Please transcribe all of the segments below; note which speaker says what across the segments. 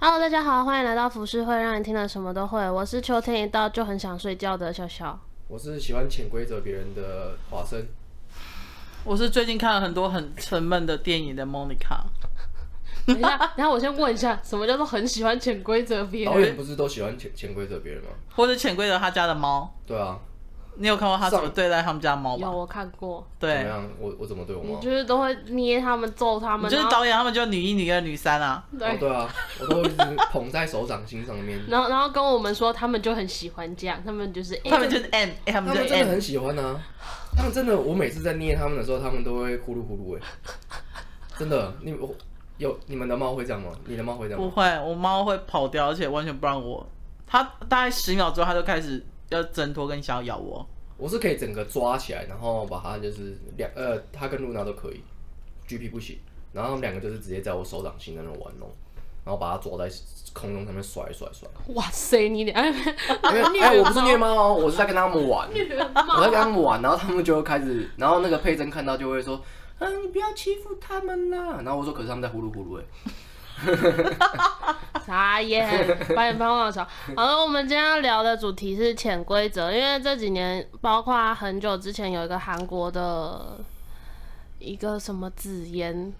Speaker 1: Hello，大家好，欢迎来到服饰会，让你听了什么都会。我是秋天一到就很想睡觉的小小。
Speaker 2: 我是喜欢潜规则别人的华生，
Speaker 3: 我是最近看了很多很沉闷的电影的 Monica，
Speaker 1: 等一下， 然后我先问一下，什么叫做很喜欢潜规则别
Speaker 2: 导
Speaker 1: 人？
Speaker 2: 演不是都喜欢潜潜规则别人吗？
Speaker 3: 或者潜规则他家的猫，
Speaker 2: 对啊，
Speaker 3: 你有看过他怎么
Speaker 2: 上
Speaker 3: 对待他们家猫
Speaker 1: 有
Speaker 3: 吧？
Speaker 1: 我看过，
Speaker 2: 怎么
Speaker 3: 对，
Speaker 2: 样？我我怎么对我
Speaker 1: 你
Speaker 2: 妈？哦
Speaker 1: 就是都会捏他们、揍他们，
Speaker 3: 就是
Speaker 1: 然后
Speaker 3: 导演他们就女一、女二、女三啊，
Speaker 2: 哦，
Speaker 1: 对，。
Speaker 2: 对啊，我都一直捧在手掌心上面
Speaker 1: 然后然后跟我们说他们就很喜欢这样，他们就是哎
Speaker 3: 他们就是 M，哎他
Speaker 2: 他
Speaker 3: 们
Speaker 2: 们
Speaker 3: 就
Speaker 2: 真的
Speaker 3: M，
Speaker 2: 很喜欢啊，他们真的，我每次在捏他们的时候，他们都会呼噜呼噜哎、真的，你我有你们的猫会这样吗？你的猫会这样
Speaker 3: 不
Speaker 2: 吗？
Speaker 3: 会，我猫会跑掉，而且完全不让我。它大概十秒之后，它就开始要挣脱跟想要咬我。
Speaker 2: 我是可以整个抓起来，然后把它就是两呃，它跟露娜都可以，GP 不行，然后他们两个就是直接在我手掌心那种玩弄，然后把它抓在空中上面甩甩甩。
Speaker 1: 哇塞，你哎
Speaker 2: 因为哎，我不是虐猫哦，我是在跟他们玩，我在跟他们玩，然后他们就会开始，然后那个佩珍看到就会说，啊，你不要欺负他们啦。然后我说，可是他们在呼噜呼噜哎，
Speaker 1: 傻眼，把眼翻 忘了好了，我们今天要聊的主题是潜规则，因为这几年，包括很久之前有一个韩国的一个什么紫妍，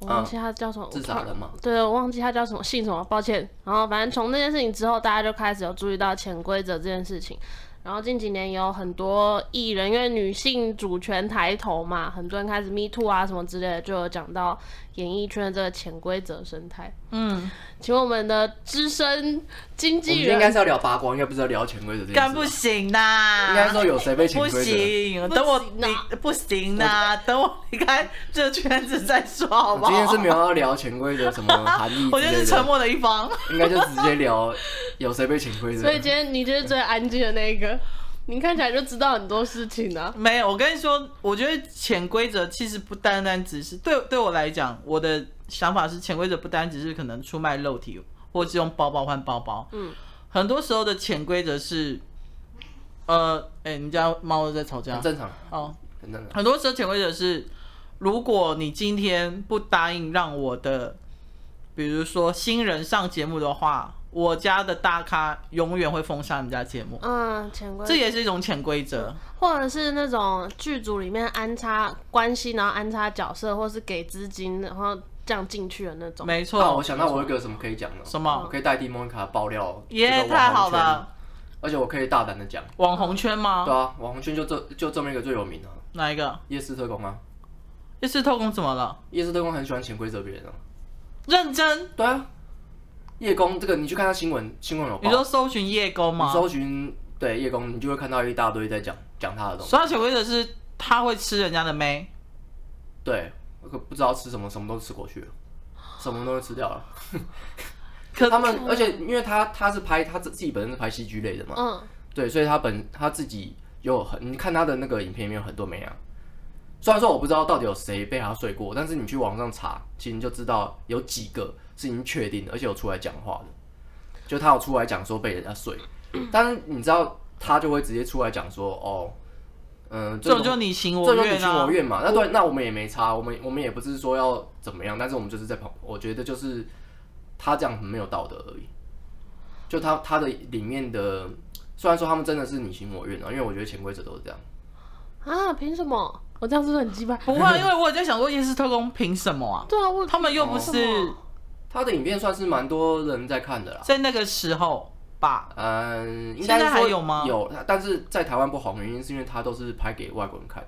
Speaker 1: 我忘记他叫什么，
Speaker 2: 啊自杀的嘛。
Speaker 1: 对，我忘记他叫什么姓什么，抱歉。然后反正从那件事情之后，大家就开始有注意到潜规则这件事情。然后近几年也有很多艺人，因为女性主权抬头嘛，很多人开始 Me Too 啊什么之类的，就有讲到演艺圈的这个潜规则生态。
Speaker 3: 嗯，
Speaker 1: 请我们的资深经
Speaker 2: 我们
Speaker 1: 纪
Speaker 2: 应该
Speaker 1: 人，
Speaker 2: 是要聊八卦，应该不是要聊潜规则这件事吧。
Speaker 3: 干不
Speaker 2: 应
Speaker 3: 行呐、
Speaker 2: 该说有谁被潜
Speaker 3: 不
Speaker 2: 规则？
Speaker 3: 行，
Speaker 1: 不
Speaker 3: 等我
Speaker 1: 行啊
Speaker 3: 离不行呐、等我离开这圈子再说好不
Speaker 2: 我
Speaker 3: 好？
Speaker 2: 今天是没有要聊潜规则什么含义
Speaker 3: 我
Speaker 2: 之
Speaker 3: 就是
Speaker 2: 类
Speaker 3: 沉
Speaker 2: 的，
Speaker 3: 默的一方。
Speaker 2: 应该就直接聊有谁被潜规则。
Speaker 1: 所以今天你就是最安静的那一个，你看起来就知道很多事情啊。
Speaker 3: 没有，我跟你说，我觉得潜规则其实不单单只是对对我来讲，我的想法是潜规则不单只是可能出卖肉体，或是用包包换包包。
Speaker 1: 嗯，
Speaker 3: 很多时候的潜规则是，呃，哎、你家猫在吵架
Speaker 2: 很正常，
Speaker 3: 哦。
Speaker 2: 很正常。
Speaker 3: 很多时候潜规则是，如果你今天不答应让我的，比如说新人上节目的话，我家的大咖永远会封杀你们家节目，
Speaker 1: 嗯，潜规
Speaker 3: 这
Speaker 1: 则，
Speaker 3: 也是一种潜规则。
Speaker 1: 或者是那种剧组里面安插关系，然后安插角色，或是给资金，然后这样进去的那种。
Speaker 3: 没错、
Speaker 2: 哦，我想到我有一个什么可以讲的，
Speaker 3: 什么
Speaker 2: 我可以代替莫妮卡爆料，
Speaker 3: 耶、
Speaker 2: 这个网红
Speaker 3: 太好
Speaker 2: 圈，
Speaker 3: 了！
Speaker 2: 而且我可以大胆的讲，
Speaker 3: 网红圈吗？
Speaker 2: 对啊，网红圈就这就这么一个最有名的、啊、
Speaker 3: 哪一个？
Speaker 2: 夜市特工啊，
Speaker 3: 夜市特工怎么了？
Speaker 2: 夜市特工很喜欢潜规则别人啊。
Speaker 3: 认真？
Speaker 2: 对啊，夜工这个你去看他新闻，新闻有报，
Speaker 3: 你说搜寻夜沟
Speaker 2: 你
Speaker 3: 吗？
Speaker 2: 搜寻对夜工，你就会看到一大堆在讲讲他的东西。
Speaker 3: 所以他潜规则是他会吃人家的妹，
Speaker 2: 对，我可不知道吃什么，什么都吃过去了，什么东西吃掉了。
Speaker 3: 可
Speaker 2: 他们，而且因为他他是拍他自自己本身是拍戏剧类的嘛，
Speaker 1: 嗯，
Speaker 2: 对，所以他本他自己有很，你看他的那个影片里面有很多美啊。虽然说我不知道到底有谁被他睡过，但是你去网上查，其实你就知道有几个是已经确定的，而且有出来讲话的，就他有出来讲说被人家睡，但是你知道他就会直接出来讲说哦，嗯、
Speaker 3: 这种就你情我
Speaker 2: 这就是你
Speaker 3: 愿
Speaker 2: 情
Speaker 3: 啊
Speaker 2: 我。愿嘛。那对，那我们也没差，我们我们也不是说要怎么样，但是我们就是在旁，我觉得就是他这样很没有道德而已。就他他的里面的，虽然说他们真的是你情我愿啊，因为我觉得潜规则都是这样。
Speaker 1: 啊，凭什么？我这样是不是很鸡巴？
Speaker 3: 不会，因为我也在想过夜市特工凭什么啊？
Speaker 1: 对啊，我
Speaker 3: 他们又不
Speaker 1: 凭什
Speaker 3: 是
Speaker 2: 哦
Speaker 1: 么
Speaker 2: 他的影片算是蛮多人在看的啦。
Speaker 3: 在那个时候吧？
Speaker 2: 嗯，应
Speaker 3: 现在
Speaker 2: 该是说
Speaker 3: 还有吗
Speaker 2: 有，但是在台湾不红，原因是因为他都是拍给外国人看，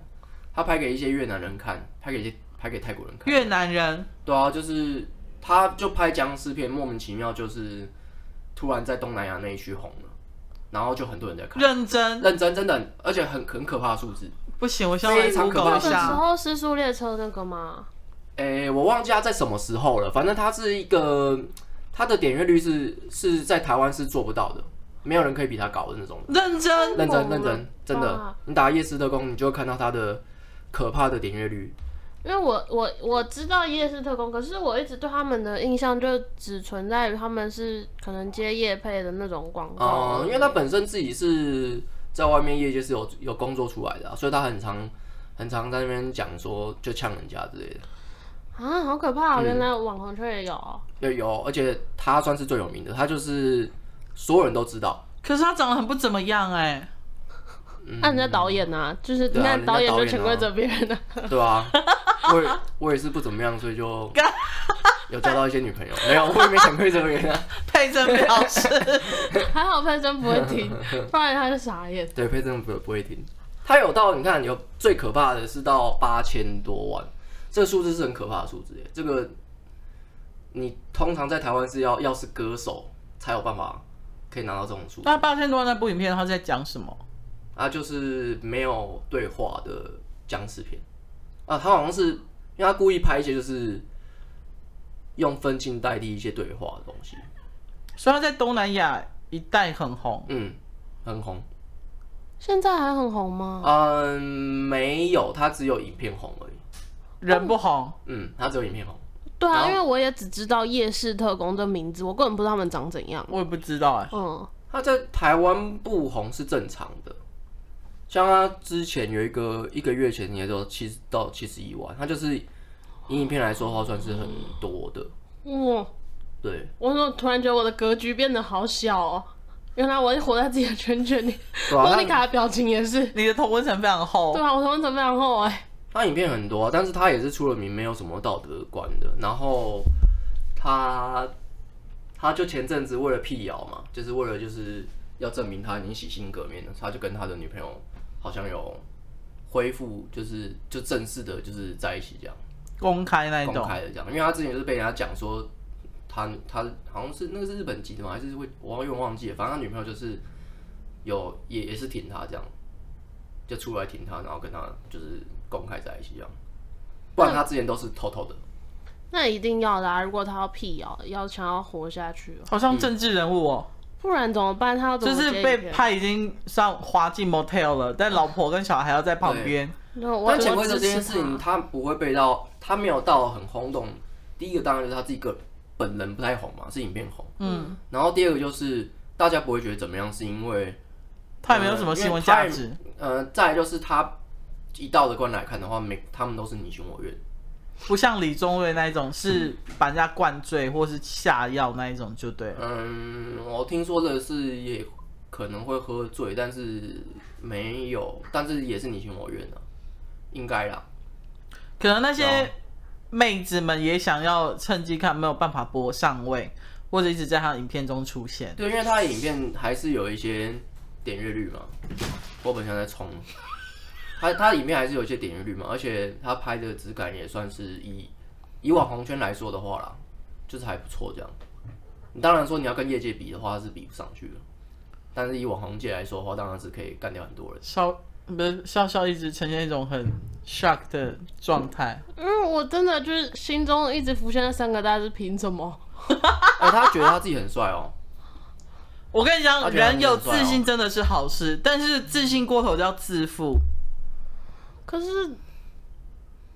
Speaker 2: 他拍给一些越南人看，拍给一些拍给泰国人看。
Speaker 3: 越南人
Speaker 2: 对啊，就是他就拍僵尸片，莫名其妙就是突然在东南亚那一区红了，然后就很多人在看，
Speaker 3: 认真
Speaker 2: 认真真的，而且很很可怕的数字。
Speaker 3: 不行，我先来
Speaker 2: 非常可怕
Speaker 3: Google
Speaker 1: 那
Speaker 3: 一
Speaker 1: 个时
Speaker 3: 下。
Speaker 1: 候《失速列车》那个吗？
Speaker 2: 诶、我忘记他在什么时候了，反正他是一个他的点阅率是是在台湾是做不到的，没有人可以比他高的那种。
Speaker 3: 认真
Speaker 2: 认真
Speaker 1: 猛
Speaker 2: 认
Speaker 1: 了
Speaker 2: 真，真的
Speaker 1: 吧，
Speaker 2: 你打夜市特工，你就会看到他的可怕的点阅率。
Speaker 1: 因为我我我知道夜市特工，可是我一直对他们的印象就只存在于他们是可能接夜配的那种广告
Speaker 2: 哦、。因为他本身自己是在外面业界是有有工作出来的啊、所以他很常很常在那边讲说就呛人家之类的。
Speaker 1: 啊
Speaker 2: 嗯
Speaker 1: 啊，好可怕、哦！原来网红圈也有哦、
Speaker 2: 有有，而且他算是最有名的，他就是所有人都知道。
Speaker 3: 可是他长得很不怎么样哎、
Speaker 1: 那人家啊导演呐，就是你
Speaker 2: 嗯对啊
Speaker 1: 看
Speaker 2: 人家
Speaker 1: 导演
Speaker 2: 导
Speaker 1: 就
Speaker 2: 演
Speaker 1: 潜规
Speaker 2: 啊
Speaker 1: 则别人的，
Speaker 2: 对啊，我也我也是不怎么样，所以就有交到一些女朋友。没有，我也没想亏这个人啊。
Speaker 3: 配正表示
Speaker 1: 还好潘真不会 听，不然他就傻眼。
Speaker 2: 对，佩珍不不会听。他有到你看有最可怕的是到八千多万，这个数字是很可怕的数字耶。这个你通常在台湾是要要是歌手才有办法可以拿到这种数字
Speaker 3: 那八千多万那部影片他在讲什么？
Speaker 2: 啊，就是没有对话的僵尸片啊。他好像是因为他故意拍一些就是用分镜代替一些对话的东西，
Speaker 3: 所以他在东南亚一带很红，
Speaker 2: 嗯，很红。
Speaker 1: 现在还很红吗？
Speaker 2: 嗯，没有，他只有影片红而已。
Speaker 3: 人不红。
Speaker 2: 嗯，他只有影片红。
Speaker 1: 对
Speaker 2: 然
Speaker 1: 啊，
Speaker 2: 后
Speaker 1: 因为我也只知道夜市特工这名字，我根本不知道他们长怎样。
Speaker 3: 我也不知道哎、
Speaker 1: 嗯，
Speaker 2: 他在台湾不红是正常的，像他之前有一个一个月前也有七十到七十一万，他就是以影片来说的话算是很多的，
Speaker 1: 哇，
Speaker 2: 对
Speaker 1: 我怎么突然觉得我的格局变得好小哦？原来我也活在自己的圈圈里。
Speaker 2: 对啊哦
Speaker 1: 莫妮
Speaker 2: 他
Speaker 1: 卡的表情也是，
Speaker 3: 你的同温层非常厚
Speaker 1: 对，啊，我同温层非常厚哎。
Speaker 2: 他影片很多、啊，但是他也是出了名没有什么道德观的，然后他他就前阵子为了辟谣嘛，就是为了就是要证明他已经洗心革面了，他就跟他的女朋友好像有恢复，就是就正式的就是在一起这样。
Speaker 3: 公开那一
Speaker 2: 公
Speaker 3: 种。
Speaker 2: 开的这样，因为他之前就是被人家讲说他他好像是那个是日本籍的嘛，还是会我有点忘记了，反正他女朋友就是有也也是挺他这样，就出来挺他，然后跟他就是公开在一起这样，不然他之前都是偷偷的。
Speaker 1: 那一定要的啊！如果他要辟谣，要想要活下去，哦
Speaker 3: 好像政治人物哦，
Speaker 1: 不然怎么办？
Speaker 2: 嗯
Speaker 1: 他要怎
Speaker 3: 就
Speaker 1: 么
Speaker 3: 是
Speaker 1: 接
Speaker 3: 被
Speaker 1: 影片？
Speaker 3: 派已经上滑进 motel 了，但老婆跟小孩要在旁边。
Speaker 1: 那我
Speaker 2: 但潜规
Speaker 1: 我
Speaker 2: 则
Speaker 1: 支
Speaker 2: 这
Speaker 1: 持
Speaker 2: 件事情，
Speaker 1: 他
Speaker 2: 他不会被到，他没有到很轰动。第一个当然就是他自己个本人不太红嘛，是影片红。
Speaker 3: 嗯，
Speaker 2: 然后第二个就是大家不会觉得怎么样，是因为
Speaker 3: 他也没有什么新闻价值。
Speaker 2: 呃，再来就是他以道德观来看的话，每他们都是你情我愿。
Speaker 3: 不像李宗瑞那一种是把人家灌醉或是下药那一种就对了。
Speaker 2: 嗯，我听说的是也可能会喝醉，但是没有，但是也是你情我愿的、应该啦。
Speaker 3: 可能那
Speaker 2: 哦
Speaker 3: 些妹子们也想要趁机看，没有办法播上位，或者一直在他的影片中出现。
Speaker 2: 对，因为他的影片还是有一些点阅率嘛，我本身在冲。 他他的影片还是有一些点阅率嘛，而且他拍的质感也算是以以网红圈来说的话啦，就是还不错这样。你当然说你要跟业界比的话是比不上去的，但是以网红界来说的话，当然是可以干掉很多人。
Speaker 3: 笑不是笑笑一直呈现一种很 shock 的状态，
Speaker 1: 因为我真的就是心中一直浮现那三个大字，凭什么？
Speaker 2: 哎、他觉得他自己很帅哦，
Speaker 3: 我跟你讲，
Speaker 2: 他觉得他
Speaker 3: 人
Speaker 2: 很
Speaker 3: 有
Speaker 2: 帅哦
Speaker 3: 自信真的是好事，但是自信过头叫自负。
Speaker 1: 可是，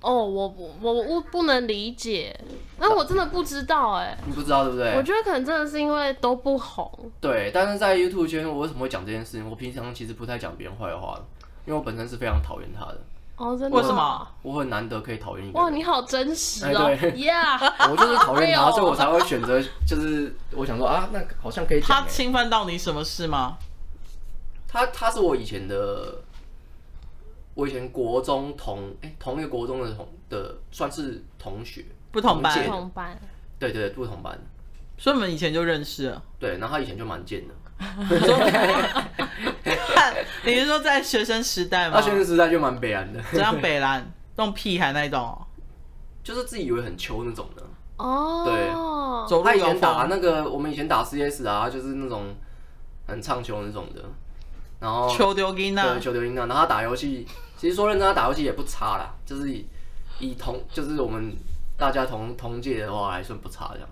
Speaker 1: 哦，我我我我不能理解，那我真的不知道哎、
Speaker 2: 你不知道对不
Speaker 1: 我
Speaker 2: 对？
Speaker 1: 觉得可能真的是因为都不红，
Speaker 2: 对，但是在 YouTube 圈，我为什么会讲这件事情？我平常其实不太讲别人坏话的，因为我本身是非常讨厌他的，
Speaker 1: 哦，
Speaker 2: 嗯
Speaker 1: 真的
Speaker 3: 为什么？
Speaker 2: 我很难得可以讨厌一个人。
Speaker 1: 哇，你好真实哦、
Speaker 2: 哎对
Speaker 1: y e a h
Speaker 2: 我就是讨厌
Speaker 1: 哎
Speaker 2: 他，
Speaker 1: 呦
Speaker 2: 所以我才会选择，就是我想说啊，那好像可以讲
Speaker 3: 他
Speaker 2: 欸、
Speaker 3: 侵犯到你什么事吗？
Speaker 2: 他他是我以前的，我以前国中同哎、同一个国中的同的算是同学，
Speaker 3: 不同
Speaker 2: 不
Speaker 1: 不
Speaker 2: 见
Speaker 3: 班，
Speaker 1: 同班，
Speaker 2: 对对对，不同班，
Speaker 3: 所以我们以前就认识了。
Speaker 2: 对，然后他以前就蛮贱的，
Speaker 3: 你是说在学生时代
Speaker 1: 哎
Speaker 3: 吗
Speaker 2: 他？学生时代就蛮北蓝的，
Speaker 3: 怎样北兰弄屁孩那一种哦，
Speaker 2: 就是自己以为很秋那种的。
Speaker 1: 哦，
Speaker 3: 走路
Speaker 2: 他以
Speaker 3: 有
Speaker 2: 前打
Speaker 3: 风，
Speaker 2: 那个，我们以前打 CS 啊，就是那种很唱秋那种的，然后
Speaker 3: 球啊丢给那
Speaker 2: 对，球流音啊量，然后他打游戏，其实说认真，他打游戏也不差啦，就是以以同就是我们大家同同届的话，还算不差这样。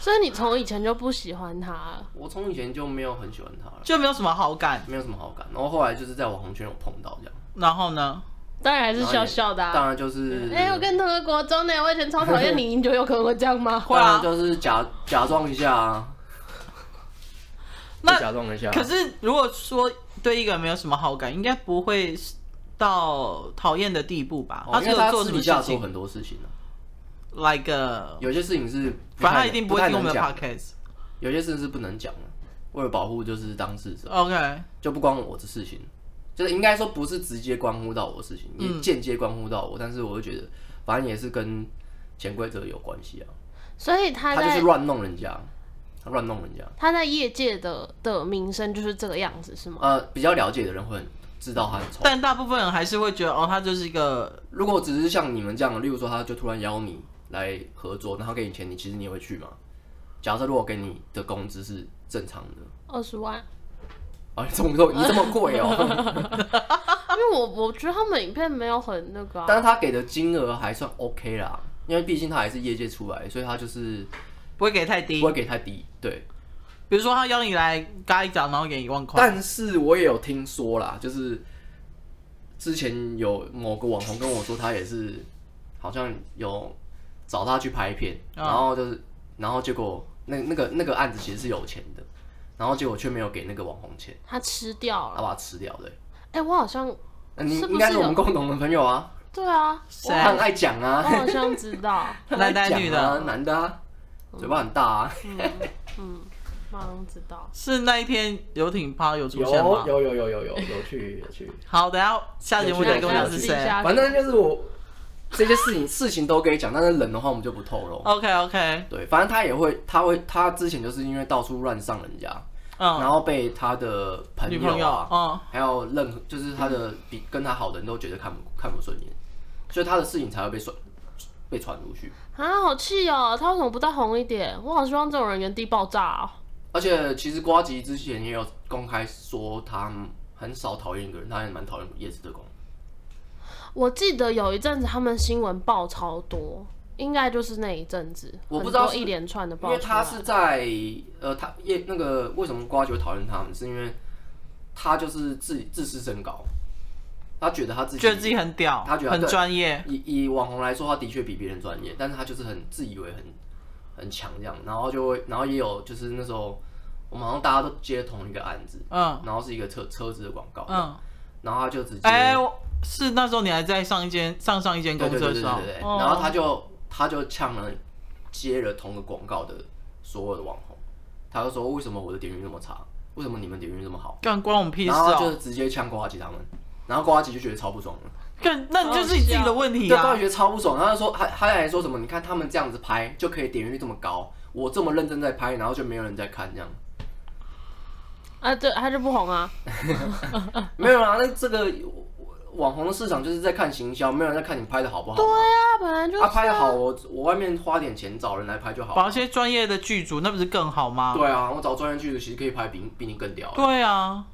Speaker 1: 所以你从以前就不喜欢他了，
Speaker 2: 我从以前就没有很喜欢他了，
Speaker 3: 就没有什么好感。
Speaker 2: 没有什么好感，然后后来就是在网红圈有碰到这样，
Speaker 3: 然后呢，
Speaker 1: 当然还是笑笑的、啊。
Speaker 2: 当然
Speaker 3: 嗯
Speaker 2: 就是，
Speaker 1: 哎、我跟你同个国中呢，我以前超讨厌你，你觉得有可能会这样吗？
Speaker 3: 会
Speaker 2: 当然
Speaker 3: 啊。
Speaker 2: 就是假假装一下啊，
Speaker 3: 那
Speaker 2: 就假装一下啊，
Speaker 3: 可是如果说对一个人没有什么好感，应该不会到讨厌的地步吧？
Speaker 2: 哦因
Speaker 3: 只
Speaker 2: 为
Speaker 3: 有
Speaker 2: 他
Speaker 3: 做
Speaker 2: 私
Speaker 3: 什
Speaker 2: 底
Speaker 3: 么
Speaker 2: 下
Speaker 3: 事
Speaker 2: 做
Speaker 3: 情？
Speaker 2: 很多事情啊
Speaker 3: like a，
Speaker 2: 有些事情是不
Speaker 3: 反正
Speaker 2: 太
Speaker 3: 他一定不会
Speaker 2: 太
Speaker 3: 听我
Speaker 2: 能
Speaker 3: 们的
Speaker 2: 讲，
Speaker 3: podcast。
Speaker 2: 有些事情是不能讲的，为了保护就是当事者，
Speaker 3: OK，
Speaker 2: 就不关我的事情，就是应该说不是直接关乎到我的事情，
Speaker 3: 嗯
Speaker 2: 也间接关乎到我，但是我就觉得反正也是跟潜规则有关系啊，
Speaker 1: 所以他
Speaker 2: 他
Speaker 1: 在
Speaker 2: 就是乱弄人家，他乱弄人家，
Speaker 1: 他在业界的的名声就是这个样子，是吗？
Speaker 2: 呃，比较了解的人会很知道他很丑。
Speaker 3: 但大部分人还是会觉得哦，他就是一个
Speaker 2: 如果只是像你们这样，例如说他就突然邀你来合作，然后给你钱，你其实你也会去吗？假设如果给你的工资是正常的，
Speaker 1: 二十万，
Speaker 2: 啊，你这么贵，你这么贵哦，
Speaker 1: 因为我我觉得他们影片没有很那个、啊，
Speaker 2: 但是他给的金额还算 OK 啦，因为毕竟他还是业界出来，所以他就是
Speaker 3: 不会给太低
Speaker 2: 不。会给太低，对。
Speaker 3: 比如说他邀你来咖喱奖，然后给你一万块，
Speaker 2: 但是我也有听说啦，就是之前有某个网红跟我说，他也是好像有找他去拍片，
Speaker 3: 嗯
Speaker 2: 然后就是，然后结果那那个那个案子其实是有钱的，然后结果却没有给那个网红钱，
Speaker 1: 他吃掉
Speaker 2: 他
Speaker 1: 了。
Speaker 2: 把他吃掉的。
Speaker 1: 哎、我好像
Speaker 2: 那你
Speaker 1: 啊是不是
Speaker 2: 应该是我们共同的朋友啊，
Speaker 1: 对 啊，
Speaker 2: 我
Speaker 3: 谁
Speaker 2: 很爱讲
Speaker 1: 我
Speaker 2: 啊，
Speaker 1: 好像知道，
Speaker 2: 很爱
Speaker 3: 男的
Speaker 2: 讲啊
Speaker 3: 女的
Speaker 2: 男的啊，嘴巴很大啊，
Speaker 1: 我好像嗯知道。
Speaker 3: 是那一天游艇趴有出现吗？
Speaker 2: 有有有有有有去有去。
Speaker 3: 好，等一下下节目再跟我讲是
Speaker 1: 有趣有趣有
Speaker 3: 谁啊
Speaker 1: 趣。
Speaker 2: 反正就是我这些事情事情都可以讲，但是人的话我们就不透露。
Speaker 3: OK OK，
Speaker 2: 对，反正他也会，他会，他之前就是因为到处乱上人家，
Speaker 3: 嗯，
Speaker 2: 然后被他的朋
Speaker 3: 女
Speaker 2: 友
Speaker 3: 朋友，
Speaker 2: 啊，
Speaker 3: 嗯，
Speaker 2: 还有任何就是他的比跟他好的人都觉得看不看不顺眼，所以他的事情才会被传被传出去。
Speaker 1: 啊，好气哦！他为什么不再红一点？我好希望这种人原地爆炸哦。
Speaker 2: 而且其实瓜吉之前也有公开说他很少讨厌一个人，他也蛮讨厌叶子的公。
Speaker 1: 我记得有一阵子他们新闻爆超多，应该就是那一阵子，
Speaker 2: 我不知道
Speaker 1: 很多
Speaker 2: 是
Speaker 1: 一连串的
Speaker 2: 因
Speaker 1: 爆出
Speaker 2: 为
Speaker 1: 来，
Speaker 2: 他是在呃，他也那个为什么瓜姐会讨厌他们，是因为他就是自自视甚高，他觉得他自己
Speaker 3: 觉得自己很屌，
Speaker 2: 他觉得
Speaker 3: 很
Speaker 2: 对
Speaker 3: 专业，
Speaker 2: 以以网红来说，他的确比别人专业，但是他就是很自以为很很强这样，然后就会，然后也有就是那时候我们好像大家都接同一个案子，
Speaker 3: 嗯
Speaker 2: 然后是一个车车子的广告，
Speaker 3: 嗯，
Speaker 2: 然后他就直接
Speaker 3: 哎，我是那时候你还在上一间上上一间
Speaker 2: 对对
Speaker 3: 公司
Speaker 2: 对对对
Speaker 3: 的时候
Speaker 2: 对，对，
Speaker 3: 哦
Speaker 2: 然后他就他就呛了接了同个广告的所有的网红，他就说为什么我的点击率那么差，为什么你们点击率那么好，
Speaker 3: 干关我们屁事
Speaker 2: 然后就
Speaker 3: 哦，
Speaker 2: 是直接呛瓜吉他们，然后瓜吉就觉得超不爽了，
Speaker 3: 干那你就是你自己的问题
Speaker 2: 对，瓜
Speaker 3: 啊
Speaker 2: 吉，觉得超不爽，他就说他他还说什么，你看他们这样子拍就可以点击率这么高，我这么认真在拍，然后就没有人在看这样，
Speaker 1: 啊，对，他就不红啊。
Speaker 2: 没有啊，那这个网红的市场就是在看行销，没有人在看你拍的好不好，
Speaker 1: 他本来就是、
Speaker 2: 他、拍的好，我我外面花点钱找人来拍就好了
Speaker 3: 找一些专业的剧组，那不是更好吗？
Speaker 2: 对啊，我找专业剧组其实可以拍比比你更屌，
Speaker 3: 对啊，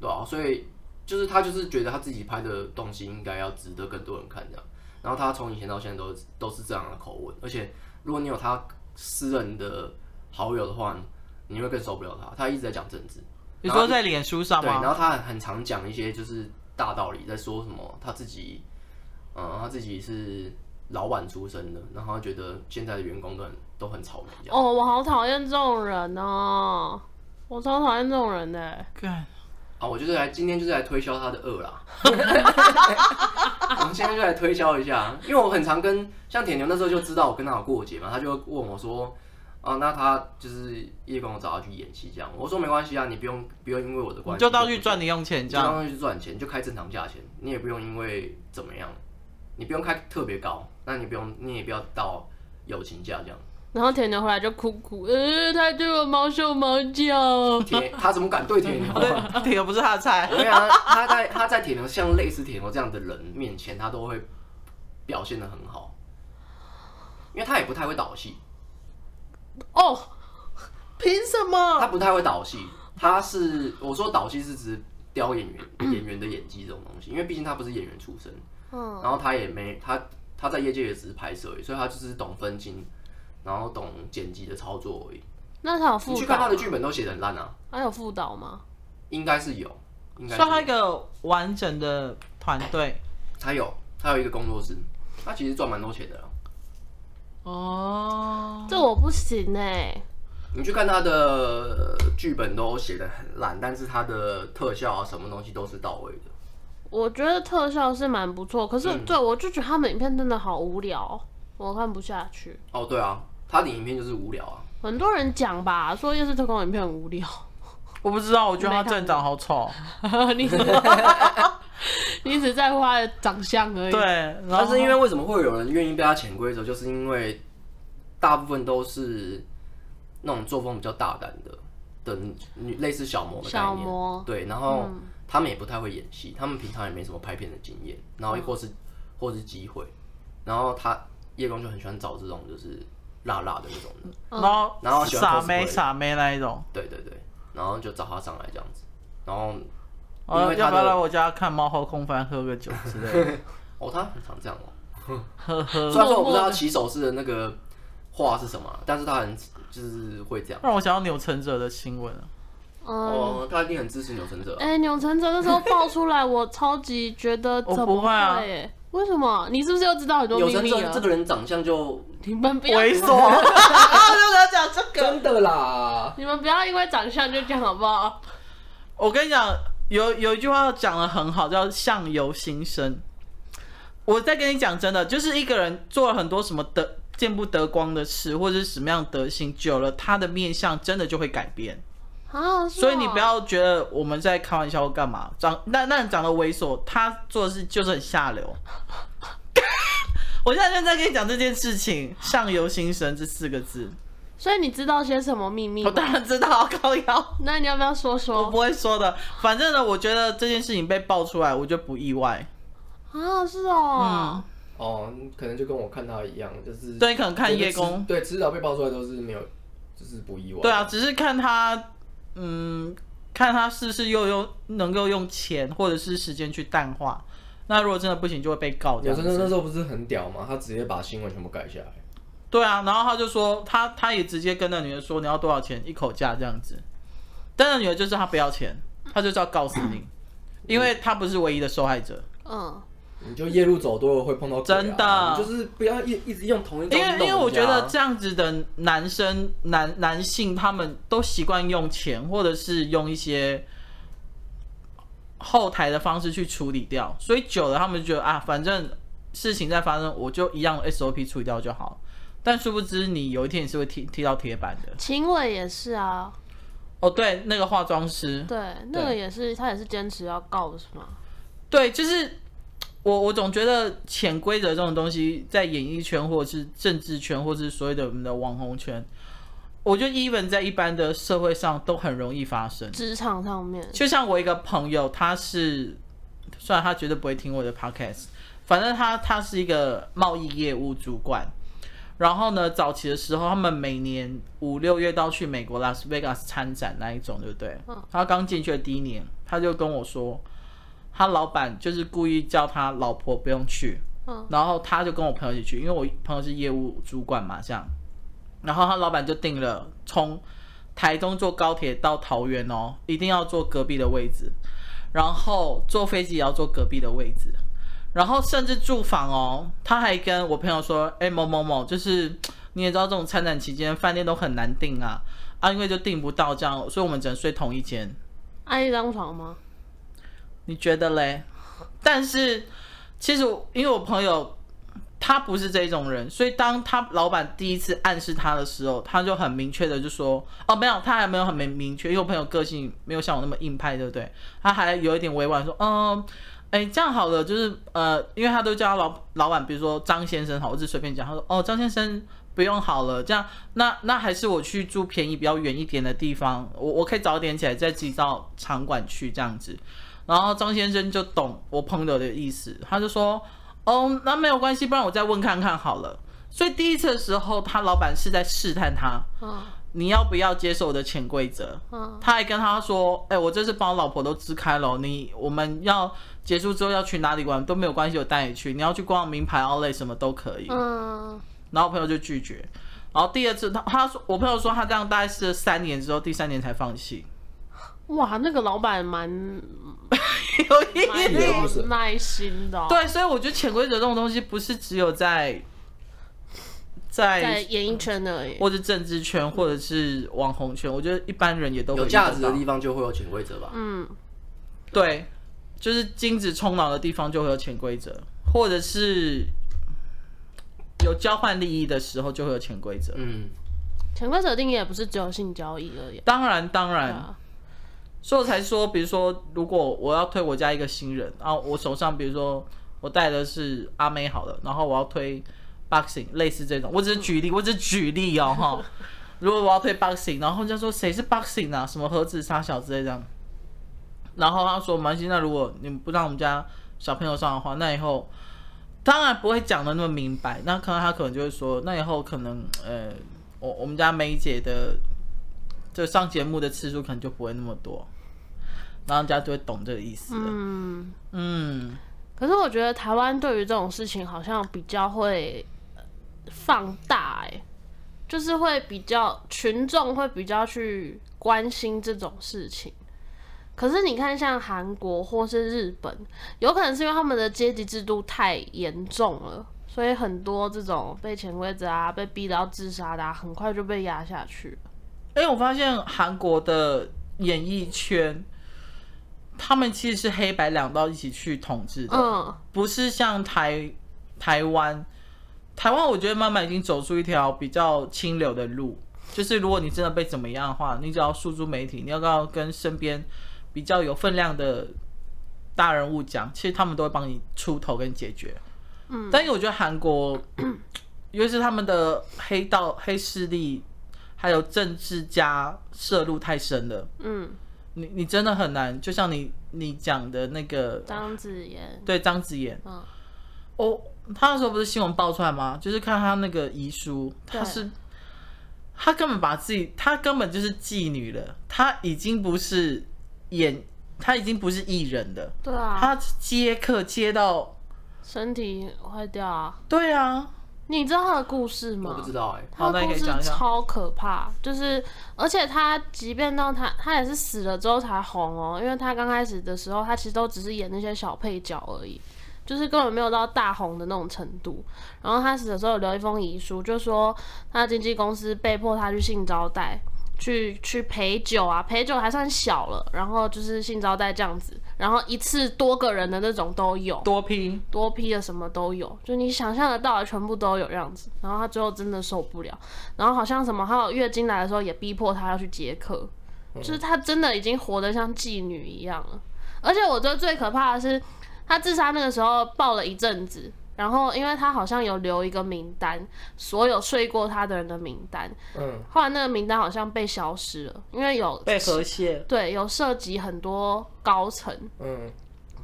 Speaker 2: 对啊，所以就是他就是觉得他自己拍的东西应该要值得更多人看这样。然后他从以前到现在都都是这样的口吻，而且如果你有他私人的好友的话，你会更受不了他。他一直在讲政治，
Speaker 3: 你
Speaker 2: 然
Speaker 3: 说在脸书上
Speaker 2: 对，然
Speaker 3: 吗？
Speaker 2: 后他很很常讲一些就是大道理，在说什么他自己，嗯，他自己是老板出身的，然后他觉得现在的员工都很都很草莓这样。
Speaker 1: 哦，我好讨厌这种人哦，我超讨厌这种人的、
Speaker 3: 干，
Speaker 2: 啊，我就是来今天就是来推销他的恶啦。我们现在就来推销一下，因为我很常跟像铁牛那时候就知道我跟他有过节嘛，他就会问我说，啊，那他就是叶公我找他去演戏这样，我说没关系啊，你不用不用因为我的关
Speaker 3: 你
Speaker 2: 系
Speaker 3: 就到去赚零用钱
Speaker 2: 你
Speaker 3: 这
Speaker 2: 就
Speaker 3: 样，
Speaker 2: 当然去赚钱，就开正常价钱，你也不用因为怎么样，你不用开特别高，那你不用你也不要到友情价这样。
Speaker 1: 然后甜甜回来就哭哭，呃，他对我毛手毛脚。
Speaker 2: 铁他怎么敢对铁牛啊？
Speaker 3: 对，铁又不是他的菜，
Speaker 2: 对啊，他在他在铁牛像类似铁牛这样的人面前，他都会表现的很好，因为他也不太会导戏，
Speaker 1: 哦，
Speaker 3: 凭什么？
Speaker 2: 他不太会导戏，他是我说导戏是指雕演员演员的演技这种东西，因为毕竟他不是演员出身，
Speaker 3: 哦
Speaker 1: 嗯，
Speaker 2: 然后他也没他他在业界也只是拍摄而已，所以他就是懂分镜，然后懂剪辑的操作而已。
Speaker 1: 那他有
Speaker 2: 你
Speaker 1: 副
Speaker 2: 去看他
Speaker 1: 导
Speaker 2: 的，剧本都写的很烂啊，
Speaker 1: 他有副导吗？
Speaker 2: 应该是有，应该是
Speaker 3: 算他
Speaker 2: 有
Speaker 3: 一个完整的团队
Speaker 2: 他有他有一个工作室，他其实赚蛮多钱的啦。啊
Speaker 3: 哦。
Speaker 1: 这我不行哎、
Speaker 2: 你去看他的呃剧本都写的很烂，但是他的特效啊什么东西都是到位的。嗯
Speaker 1: 我觉得特效是蛮不错，可是、对我就觉得他们影片真的好无聊。哦我看不下去。
Speaker 2: 哦，对啊，他的影片就是无聊啊。
Speaker 1: 很多人讲吧，说夜市特工影片很无聊。
Speaker 3: 我不知道，我觉得他站长好丑。
Speaker 1: 你 怎么？你只在乎他的长相而已。
Speaker 3: 对，，然后
Speaker 2: 但是因为为什么会有人愿意被他潜规则，就是因为大部分都是那种作风比较大胆的的女，类似小模的概
Speaker 1: 小
Speaker 2: 念。
Speaker 1: 模
Speaker 2: 对，然后他们也不太会演戏，他们平常也没什么拍片的经验，然后或是、或是机会，然后他叶公就很喜欢找这种就是辣辣的那种的，
Speaker 3: 然后
Speaker 2: 嗯然后喜欢
Speaker 3: 傻妹
Speaker 2: cosplay
Speaker 3: 傻妹那一种，
Speaker 2: 对对对，然后就找他上来这样子，然后因
Speaker 3: 哦，
Speaker 2: 为
Speaker 3: 要
Speaker 2: 他
Speaker 3: 不
Speaker 2: 的
Speaker 3: 要来我家看猫后空翻喝个酒之类的？
Speaker 2: 哦，他很常这样哦。
Speaker 3: 呵呵，
Speaker 2: 虽然说我不知
Speaker 1: 默默
Speaker 2: 道他起手式的那个话是什么啊，但是他很就是会这样。
Speaker 3: 让我想到钮承泽的新闻啊。
Speaker 1: 嗯，
Speaker 2: 哦，他一定很支持钮承泽啊。
Speaker 1: 哎、钮承泽那时候爆出来，我超级觉得
Speaker 3: 我
Speaker 1: 怎么
Speaker 3: 不会啊
Speaker 1: 欸为什么？你是不是又知道很多
Speaker 2: 钮
Speaker 1: 秘
Speaker 2: 承
Speaker 1: 密
Speaker 2: 泽
Speaker 1: 了？
Speaker 2: 这个人长相就
Speaker 1: 你们不要，
Speaker 3: 猥 琐，就在讲这个。
Speaker 2: 真的啦，
Speaker 1: 你们不要因为长相就这样好不好？
Speaker 3: 我跟你讲，有有一句话讲的很好，叫“相由心生”。我在跟你讲真的，就是一个人做了很多什么得见不得光的事，或者是什么样的德行，久了他的面相真的就会改变。
Speaker 1: 啊，是
Speaker 3: 所以你
Speaker 1: 哦
Speaker 3: 不要觉得我们在开玩笑或干嘛，长那那人长得猥琐，他做的事就是很下 流。我现在就在跟你讲这件事情，“相由心生”这四个字，
Speaker 1: 所以你知道些什么秘密
Speaker 3: 我
Speaker 1: 吗？
Speaker 3: 当然知道啊 高腰。
Speaker 2: 啊
Speaker 1: 那你要不要说
Speaker 3: 我
Speaker 1: 说
Speaker 3: 不会说的。反正呢，我觉得这件事情被爆出来，我就不意外。
Speaker 1: 啊？是哦，
Speaker 2: 哦，可能就跟我看他一样，就是
Speaker 3: 对，可能看
Speaker 2: 就
Speaker 3: 夜
Speaker 2: 是
Speaker 3: 空，
Speaker 2: 迟对，迟早被爆出来都是没有，就是不意外。
Speaker 3: 对啊，，只是看他，嗯，看他是不是又用能够用钱或者是时间去淡化。那如果真的不行，就会被告这
Speaker 2: 钮
Speaker 3: 样
Speaker 2: 承泽那
Speaker 3: 子。
Speaker 2: 时候不是很屌吗？他直接把新闻全部改下来。
Speaker 3: 对啊，然后他就说，他他也直接跟那女的说，你要多少钱一口价这样子。但那女的就是他不要钱，他就是要告死 你，因为他不是唯一的受害者。
Speaker 1: 嗯，
Speaker 4: 你就夜路走多了会碰到鬼啊、
Speaker 3: 真的
Speaker 4: 你就是不要一
Speaker 2: 一直用同一
Speaker 3: 因为因为我觉得这样子的男生男男性他们都习惯用钱或者是用一些后台的方式去处理掉，所以久了他们就觉得啊，反正事情在发生，我就一样 SOP 处理掉就好。但殊不知你有一天你是会踢踢到铁板的。
Speaker 1: 秦伟也是啊，
Speaker 3: 哦，对，那个化妆师，
Speaker 1: 对，那个也是，他也是坚持要告的是吗？
Speaker 3: 对，就是我我总觉得潜规则这种东西，在演艺圈或者是政治圈，或者是所谓的我们的网红圈，我觉得 even 在一般的社会上都很容易发生。
Speaker 1: 职场上面，
Speaker 3: 就像我一个朋友，他是虽然他绝对不会听我的 podcast，反正他他是一个贸易业务主管。然后呢，早期的时候，他们每年五六月都要去美国拉斯维加斯参展那一种，对不对？他刚进去的第一年，他就跟我说，他老板就是故意叫他老婆不用去，然后他就跟我朋友一起去，因为我朋友是业务主管嘛，这样，然后他老板就定了从台中坐高铁到桃园哦，一定要坐隔壁的位置，然后坐飞机也要坐隔壁的位置，然后甚至住房哦，他还跟我朋友说，哎某某某，就是你也知道这种参展期间饭店都很难订啊，啊因为就订不到这样，所以我们只能睡同一间，
Speaker 1: 爱一张床吗？
Speaker 3: 你觉得嘞？但是其实我因为我朋友他不是这种人，所以当他老板第一次暗示他的时候，他就很明确的就说：“哦，没有，他还没有很明明确，因为我朋友个性没有像我那么硬派，对不对？他还有一点委婉说，嗯。”哎，这样好了，就是呃，因为他都叫他老老板，比如说张先生好，我就随便讲，他说哦，张先生不用好了，这样那那还是我去住便宜比较远一点的地方，我我可以早点起来再自己到场馆去这样子。然后张先生就懂我朋友的意思，他就说：“哦，那没有关系，不然我再问看看好了。”所以第一次的时候，他老板是在试探他，
Speaker 1: 嗯
Speaker 3: 你要不要接受我的潜规则？
Speaker 1: 嗯，
Speaker 3: 他还跟他说：“哎、我这次帮我老婆都支开了，你我们要结束之后要去哪里玩都没有关系，我带你去。你要去逛名牌 outlet 什么都可以。”
Speaker 1: 嗯，
Speaker 3: 然后我朋友就拒绝。然后第二次，他他说我朋友说他这样大概试了三年之后，第三年才放 弃，
Speaker 1: 哇，那个老板蛮
Speaker 3: 有一
Speaker 1: 蛮
Speaker 3: 点
Speaker 2: 有
Speaker 1: 有耐心的哦、
Speaker 3: 对，所以我觉得潜规则这种东西不是只有在
Speaker 1: 在
Speaker 3: 在
Speaker 1: 演艺圈而已。
Speaker 3: 或者政治圈或者是网红圈，我觉得一般人也都会
Speaker 2: 有
Speaker 3: 遇
Speaker 2: 价
Speaker 3: 得
Speaker 2: 值的
Speaker 3: 到
Speaker 2: 地方就会有潜规则吧。
Speaker 1: 嗯，
Speaker 3: 对，就是精子充脑的地方就会有潜规则，或者是有交换利益的时候，就会有潜规则。
Speaker 2: 嗯，
Speaker 1: 潜规则定义也不是只有性交易而已啊。
Speaker 3: 当然，当
Speaker 1: 对
Speaker 3: 然，
Speaker 1: 啊，
Speaker 3: 所以我才说，比如说，如果我要推我家一个新人，然后我手上比如说我带的是阿妹好了，然后我要推 boxing 类似这种，我只 是举例，我只是举例哦哈。如果我要推 boxing，然后人家说谁是 boxing 啊，什么盒子杀小之类这样，然后他说没关系，那如果你们不让我们家小朋友上的话，那以后当然不会讲的那么明白，那可能他可能就会说，那以后可能呃，我我们家梅姐的就上节目的次数可能就不会那么多，然后人家就会懂这个意思了。
Speaker 1: 嗯，
Speaker 3: 嗯，
Speaker 1: 可是我觉得台湾对于这种事情好像比较会呃放大、欸，就是会比较群众会比较去关心这种事情。可是你看，像韩国或是日本，有可能是因为他们的阶级制度太严重了，所以很多这种被潜规则啊、被逼到自杀的、啊，很快就被压下去了。
Speaker 3: 哎、我发现韩国的演艺圈，他们其实是黑白两道一起去统治的，
Speaker 1: 嗯，
Speaker 3: 不是像台台湾，台湾我觉得慢慢已经走出一条比较清流的路，就是如果你真的被怎么样的话，你只要诉诸媒体，你要不要跟身边比较有分量的大人物讲，其实他们都会帮你出头跟解决。嗯，但是我觉得韩国，尤其是他们的黑道黑势力，还有政治家涉入太深了。
Speaker 1: 嗯，
Speaker 3: 你你真的很难，就像你你讲的那个
Speaker 1: 张子妍，
Speaker 3: 对张子妍，
Speaker 1: 嗯
Speaker 3: 哦，他那时候不是新闻爆出来吗？就是看他那个遗书，他
Speaker 1: 对
Speaker 3: 是他根本把自己，他根本就是妓女了，他已经不是演，他已经不是艺人了，
Speaker 1: 对啊，
Speaker 3: 他接客接到，
Speaker 1: 身体坏掉啊。
Speaker 3: 对啊，
Speaker 1: 你知道他的故事吗？
Speaker 2: 我不知道哎、
Speaker 1: 他
Speaker 3: 好
Speaker 1: 的
Speaker 3: 那你
Speaker 1: 故
Speaker 3: 可以
Speaker 1: 事
Speaker 3: 讲一下
Speaker 1: 超可怕，就是而且他即便到他他也是死了之后才红哦，因为他刚开始的时候他其实都只是演那些小配角而已，就是根本没有到大红的那种程度。然后他死的时候有留一封遗书，就说他的经纪公司被迫他去性招待，去去陪酒啊，陪酒还算小了，然后就是性招待这样子，然后一次多个人的那种都有。
Speaker 3: 多拼，
Speaker 1: 多批的什么都有，就你想象得到的全部都有这样子。然后她最后真的受不了，然后好像什么还有月经来的时候也逼迫她要去接客，就是她真的已经活得像妓女一样了。而且我觉得最可怕的是，她自杀那个时候抱了一阵子，然后因为她好像有留一个名单，所有睡过她的人的名单，
Speaker 4: 嗯，
Speaker 1: 后来那个名单好像被消失了，因为有
Speaker 3: 被和谐，
Speaker 1: 对有涉及很多高层，
Speaker 4: 嗯，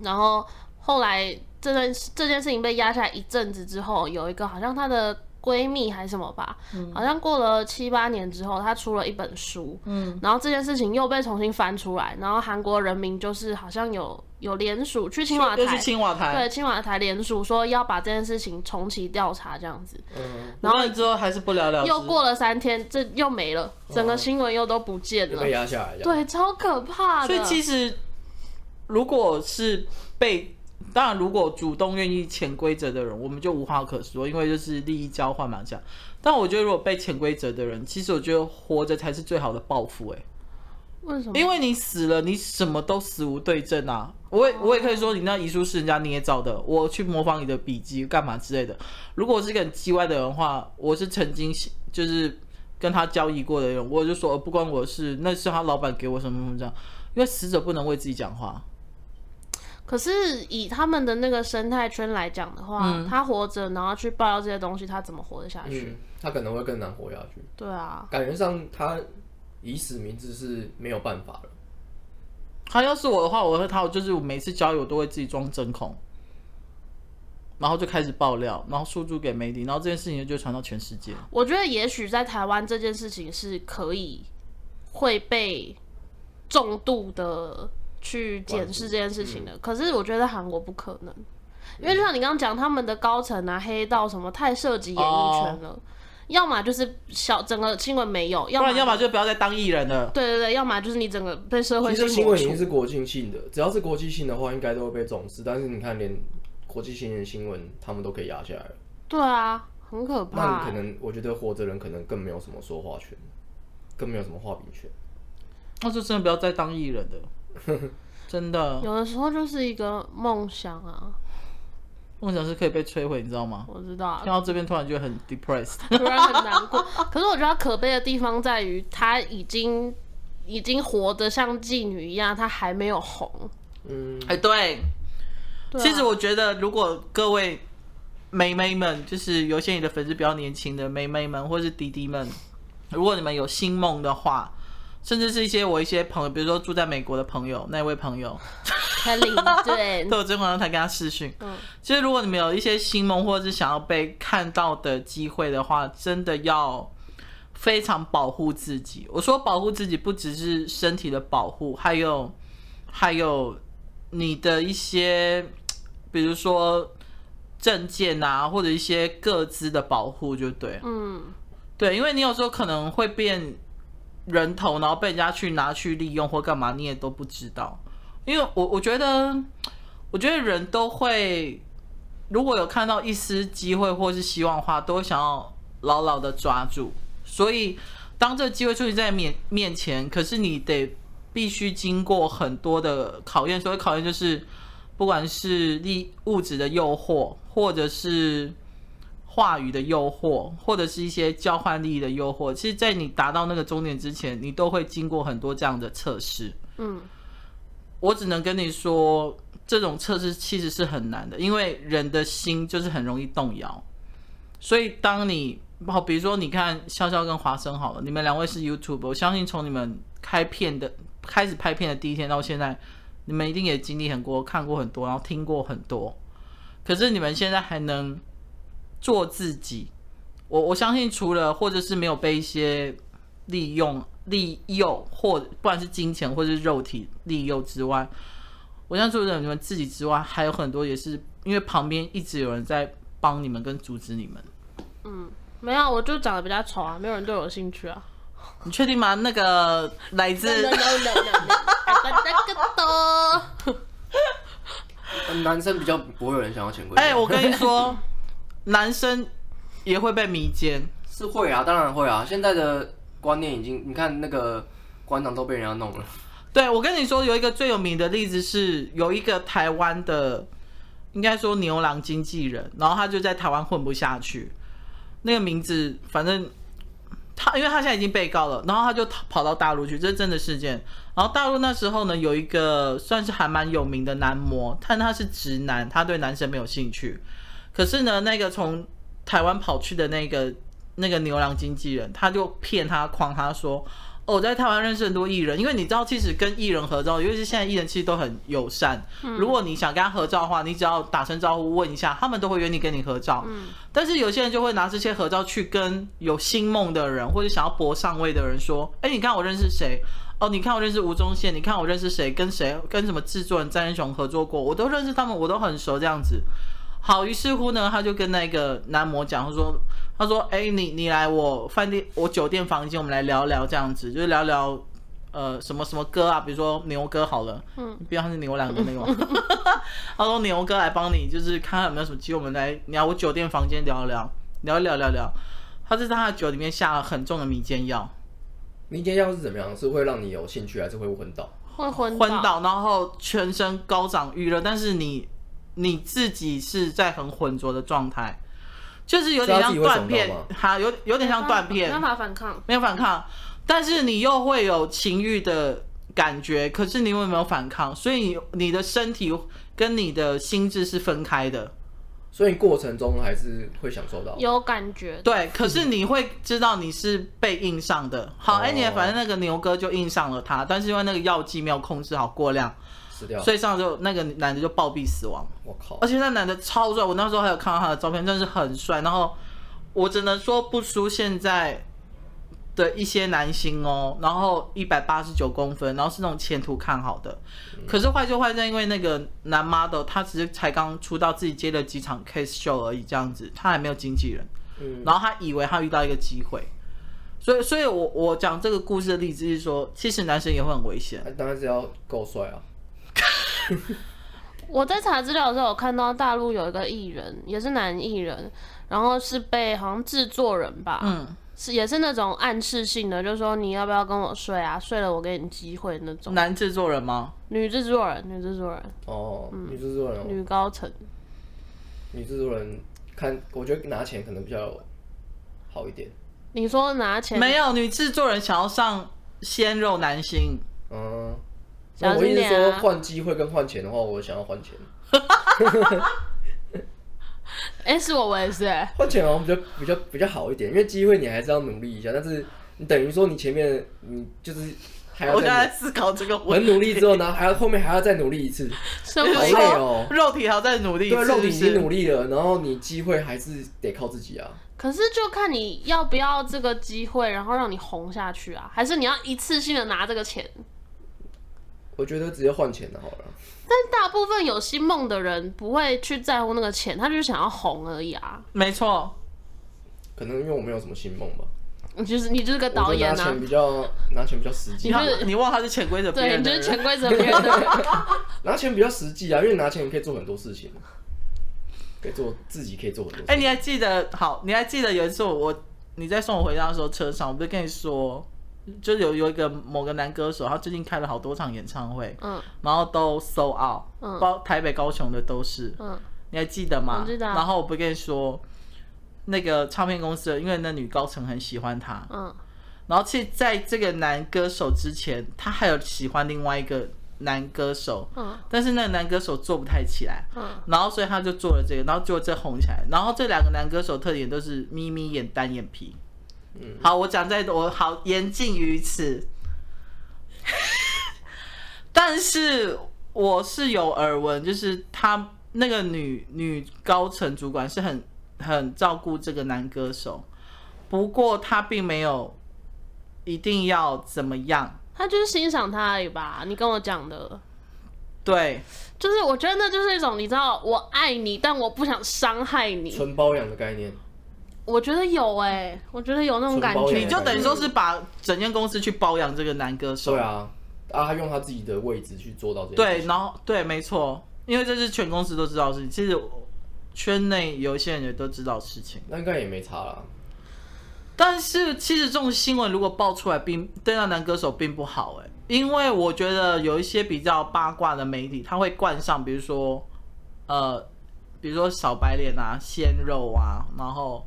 Speaker 1: 然后后来这件事这件事情被压下来一阵子之后，有一个好像她的闺蜜还是什么吧，好像过了七八年之后，她出了一本书，嗯，然后这件事情又被重新翻出来，然后韩国人民就是好像有有联署去青瓦
Speaker 3: 又
Speaker 1: 台
Speaker 3: 去。青瓦台，
Speaker 1: 对青瓦台联署说要把这件事情重启调查，这样子
Speaker 3: 然后之后还是不哦了了之，
Speaker 1: 又过了三天，这又没了，整个新闻又都不见
Speaker 4: 就
Speaker 1: 了
Speaker 4: 被，压下来这样。
Speaker 1: 对，超可怕的。
Speaker 3: 所以其实，如果是被，当然如果主动愿意潜规则的人，我们就无话可说，因为就是利益交换嘛，这样。但我觉得如果被潜规则的人，其实我觉得活着才是最好的报复、哎，
Speaker 1: 为什么？
Speaker 3: 因为你死了，你什么都死无对证啊。我
Speaker 1: 哦
Speaker 3: 也我也可以说，你那遗书是人家捏造的，我去模仿你的笔记干嘛之类的。如果我是一个很叽歪的人的话，我是曾经就是跟他交易过的人，我就说、呃不关我的事，那是他老板给我什么什么这样。因为死者不能为自己讲话，
Speaker 1: 可是以他们的那个生态圈来讲的话，他活着然后去爆料这些东西，他怎么活得下去？
Speaker 4: 嗯，他可能会更难活下去。
Speaker 1: 对啊，
Speaker 4: 感觉上他以死明志是没有办法了。
Speaker 3: 他要是我的话，我和他就是我每次交易我都会自己装针孔，然后就开始爆料，然后输出给媒体，然后这件事情就传到全世界。
Speaker 1: 我觉得也许在台湾这件事情是可以会被重度的去检视这件事
Speaker 4: 嗯
Speaker 1: 情的，可是我觉得韩国不可能，因为就像你刚刚讲，他们的高层啊、黑道什么太涉及演艺
Speaker 4: 哦
Speaker 1: 圈了，要么就是小整个新闻没有，要
Speaker 3: 不
Speaker 1: 么
Speaker 3: 然要么就不要再当艺人了。
Speaker 1: 对对对，要么就是你整个被社会
Speaker 4: 其
Speaker 1: 性
Speaker 4: 实新
Speaker 1: 抹
Speaker 4: 闻已
Speaker 1: 除
Speaker 4: 经是国际性的，只要是国际性的话，应该都会被重视。但是你看，连国际性的新闻他们都可以压下来了，
Speaker 1: 对啊，很可怕、
Speaker 4: 那你可能我觉得活着人可能更没有什么说话权，更没有什么话柄权。
Speaker 3: 那就真的不要再当艺人了，真的。
Speaker 1: 有的时候就是一个梦想啊，
Speaker 3: 梦想是可以被摧毁，你知道吗？
Speaker 1: 我知道啊
Speaker 3: 听，到这边突然就很 depressed。
Speaker 1: 突然很难过。 可是我觉得他可悲的地方在于，他已经已经活得像妓女一样，他还没有红。
Speaker 4: 嗯，
Speaker 3: 哎，对，
Speaker 1: 对啊
Speaker 3: 其实我觉得，如果各位妹妹们，就是有些你的粉丝比较年轻的妹妹们，或是弟弟们，如果你们有星梦的话，甚至是一些我一些朋友，比如说住在美国的朋友，那位朋友，
Speaker 1: Kelly 对，
Speaker 3: 对我真晚上才跟他视讯。
Speaker 1: 嗯，
Speaker 3: 其实如果你们有一些星梦，或者是想要被看到的机会的话，真的要非常保护自己。我说保护自己，不只是身体的保护，还有还有你的一些，比如说证件啊，或者一些各资的保护，就对。
Speaker 1: 嗯，
Speaker 3: 对，因为你有时候可能会变人头，然后被人家去拿去利用或干嘛，你也都不知道。因为我我觉得，我觉得人都会，如果有看到一丝机会或是希望的话，都会想要牢牢的抓住。所以，当这个机会出现在面面前，可是你得必须经过很多的考验。所谓考验，就是不管是利物质的诱惑，或者是话语的诱惑，或者是一些交换利益的诱惑，其实，在你达到那个终点之前，你都会经过很多这样的测试。
Speaker 1: 嗯，
Speaker 3: 我只能跟你说，这种测试其实是很难的，因为人的心就是很容易动摇。所以，当你好，比如说，你看潇潇跟华生好了，你们两位是 YouTube，我相信从你们开片的开始拍片的第一天到现在，你们一定也经历很多，看过很多，然后听过很多。可是你们现在还能做自己，我我相信除了或者是没有被一些利用、利诱，或不管是金钱或是肉体利诱之外，我相信除了你们自己之外，还有很多也是因为旁边一直有人在帮你们跟阻止你们。
Speaker 1: 没有，我就长得比较丑啊，没有人对我有兴趣啊。
Speaker 3: 你确定吗？那个来
Speaker 1: No
Speaker 3: 自
Speaker 1: no no no no，那个的。
Speaker 2: 男生比较不会有人想要潜规则。
Speaker 3: 哎、我跟你说，男生也会被迷奸。
Speaker 2: 是会啊，当然会啊。现在的观念已经，你看那个馆长都被人家弄了，
Speaker 3: 对，我跟你说，有一个最有名的例子是，有一个台湾的，应该说牛郎经纪人，然后他就在台湾混不下去。那个名字，反正他，因为他现在已经被告了，然后他就逃跑到大陆去，这是真的事件。然后大陆那时候呢，有一个算是还蛮有名的男模，但他是直男，他对男生没有兴趣。可是呢，那个从台湾跑去的那个那个牛郎经纪人，他就骗他、诓他说：“哦，我在台湾认识很多艺人，因为你知道，其实跟艺人合照，尤其是现在艺人其实都很友善。如果你想跟他合照的话，你只要打声招呼问一下，他们都会愿意跟你合照。但是有些人就会拿这些合照去跟有星梦的人或者想要搏上位的人说：“哎，你看我认识谁？”哦，你看我认识吴宗宪，你看我认识谁，跟谁跟什么制作人詹仁雄合作过，我都认识他们，我都很熟这样子。好，于是乎呢，他就跟那个男模讲，他说，他说，哎、你你来我饭店，我酒店房间，我们来聊聊这样子，就是聊聊，呃，什么什么歌啊，比如说牛哥好了，嗯，不要是牛郎的那 个嘛，他说牛哥来帮你，就是看看有没有什么机会，我们来聊我酒店房间聊一聊，聊一聊聊一聊，他就在他的酒里面下了很重的迷奸药，
Speaker 4: 迷奸药是怎么样？是会让你有兴趣，还是会昏倒？
Speaker 1: 会昏
Speaker 3: 昏倒，然后全身高涨预热，但是你你自己是在很浑浊的状态，就是有
Speaker 4: 所
Speaker 3: 点
Speaker 4: 以他自
Speaker 3: 像
Speaker 4: 己会
Speaker 3: 断片
Speaker 4: 爽到，
Speaker 3: 哈，有有点像断
Speaker 1: 没
Speaker 3: 片
Speaker 1: 办，法反抗。
Speaker 3: 没有反抗，但是你又会有情欲的感觉，可是你有没有反抗？所以你你的身体跟你的心智是分开的，
Speaker 4: 所以过程中还是会享受到。
Speaker 1: 有感觉，
Speaker 3: 对，可是你会知道你是被硬上的。好，
Speaker 4: 哦
Speaker 3: 哎、你反正那个牛哥就硬上了他，但是因为那个药剂没有控制好过量，
Speaker 4: 死掉。
Speaker 3: 所以上就那个男的就暴毙死亡。
Speaker 4: 我靠
Speaker 3: 而！且那男的超帅，我那时候还有看到他的照片，真的是很帅。然后我只能说不输现在的一些男星哦，然后一百八十九公分，然后是那种前途看好的。可是坏就坏在，因为那个男 model 他只是才刚出道，自己接了几场 case show 而已，这样子，他还没有经纪人。
Speaker 4: 嗯
Speaker 3: 然后他以为他遇到一个机会，所以，所以我我讲这个故事的例子是说，其实男生也会很危险。
Speaker 4: 哎那当然是要够帅啊！
Speaker 1: 我在查资料的时候，有看到大陆有一个艺人，也是男艺人，然后是被好像制作人吧，
Speaker 3: 嗯，
Speaker 1: 是也是那种暗示性的，就说你要不要跟我睡啊，睡了我给你机会那种。
Speaker 3: 男制作人吗？
Speaker 1: 女制作人，女制作人，
Speaker 3: 嗯
Speaker 4: 哦，女制作人哦，
Speaker 1: 女高层，
Speaker 2: 女制作人看，我觉得拿钱可能比较好一点。
Speaker 1: 你说拿钱
Speaker 3: 没有女制作人想要上鲜肉男星，
Speaker 2: 嗯，
Speaker 1: 小
Speaker 2: 那我
Speaker 1: 心
Speaker 2: 一直
Speaker 1: 点
Speaker 2: 说
Speaker 1: 啊！
Speaker 2: 换机会跟换钱的话，我想要换钱，
Speaker 1: 哎、是我，我也是、哎
Speaker 2: 换钱好像比较比较比较好一点，因为机会你还是要努力一下，但是你等于说你前面你就是还要
Speaker 3: 我
Speaker 2: 再
Speaker 3: 刚才在思考这个
Speaker 2: 努
Speaker 3: 问
Speaker 2: 很努力之后，然后还要后面还要再努力一次，
Speaker 1: 什
Speaker 3: 就
Speaker 1: 么
Speaker 2: 好累
Speaker 3: 是说
Speaker 2: 哦。
Speaker 3: 肉体还要再努力，
Speaker 2: 对，啊肉体已
Speaker 3: 是
Speaker 2: 经
Speaker 3: 不
Speaker 2: 努
Speaker 3: 是？
Speaker 2: 力了，然后你机会还是得靠自己啊。
Speaker 1: 可是就看你要不要这个机会，然后让你红下去啊，还是你要一次性的拿这个钱？
Speaker 2: 我觉得直接换钱的好了。
Speaker 1: 但大部分有星梦的人不会去在乎那个钱，他就是想要红而已啊。
Speaker 3: 没错，
Speaker 2: 可能因为我没有什么新梦吧，
Speaker 1: 你就是你就是个
Speaker 2: 我觉
Speaker 1: 导
Speaker 2: 得
Speaker 1: 演
Speaker 2: 拿
Speaker 1: 啊
Speaker 2: 钱，比较拿钱比较实际
Speaker 3: 你
Speaker 1: 就
Speaker 2: 啊，
Speaker 3: 看
Speaker 1: 是
Speaker 3: 你忘他是潜规则别
Speaker 1: 对，
Speaker 3: 人
Speaker 1: 你就
Speaker 3: 的
Speaker 1: 是
Speaker 3: 人，
Speaker 1: 潜规则别人的人。
Speaker 2: 拿钱比较实际啊，因为拿钱可以做很多事情，可以做自己可以做很多事
Speaker 3: 哎、你还记得？好，你还记得有一次我我你在送我回家的时候，车上我不是跟你说，就有有一个某个男歌手，他最近开了好多场演唱会，
Speaker 1: 嗯
Speaker 3: 然后都 sold out，
Speaker 1: 嗯
Speaker 3: 包台北、高雄的都是，
Speaker 1: 嗯，
Speaker 3: 你还记得吗？
Speaker 1: 我知道
Speaker 3: 然后我不是跟你说，那个唱片公司的，因为那女高层很喜欢他，
Speaker 1: 嗯，
Speaker 3: 然后其实在这个男歌手之前，他还有喜欢另外一个男歌手，
Speaker 1: 嗯，
Speaker 3: 但是那个男歌手做不太起来，
Speaker 1: 嗯，
Speaker 3: 然后所以他就做了这个，然后结果这红起来，然后这两个男歌手特点都是眯眯眼、单眼皮。嗯，好，我讲再多，我好言尽于此。 但是我是有耳闻，就是他那个女女高层主管是很很照顾这个男歌手，不过他并没有一定要怎么样。
Speaker 1: 他就是欣赏他而已吧。你跟我讲的，
Speaker 3: 对，
Speaker 1: 就是我觉得那就是一种你知道，我爱你，但我不想伤害
Speaker 2: 情，
Speaker 1: 你。
Speaker 2: 纯包养的概念。
Speaker 1: 我觉得有哎、我觉得有那种感
Speaker 2: 纯包
Speaker 1: 觉
Speaker 2: 养
Speaker 3: 你就等于说是把整间公司去包养这个男歌手。
Speaker 2: 对啊，啊，他用他自己的位置去做到这件事
Speaker 3: 对，
Speaker 2: 情。
Speaker 3: 然后对，没错，因为这是全公司都知道的事情。其实我圈内有一些人也都知道的事情，
Speaker 2: 那应该也没差啦。
Speaker 3: 但是其实这种新闻如果爆出来并，对那男歌手并不好哎、因为我觉得有一些比较八卦的媒体，他会冠上，比如说，呃，比如说小白脸啊、鲜肉啊，然后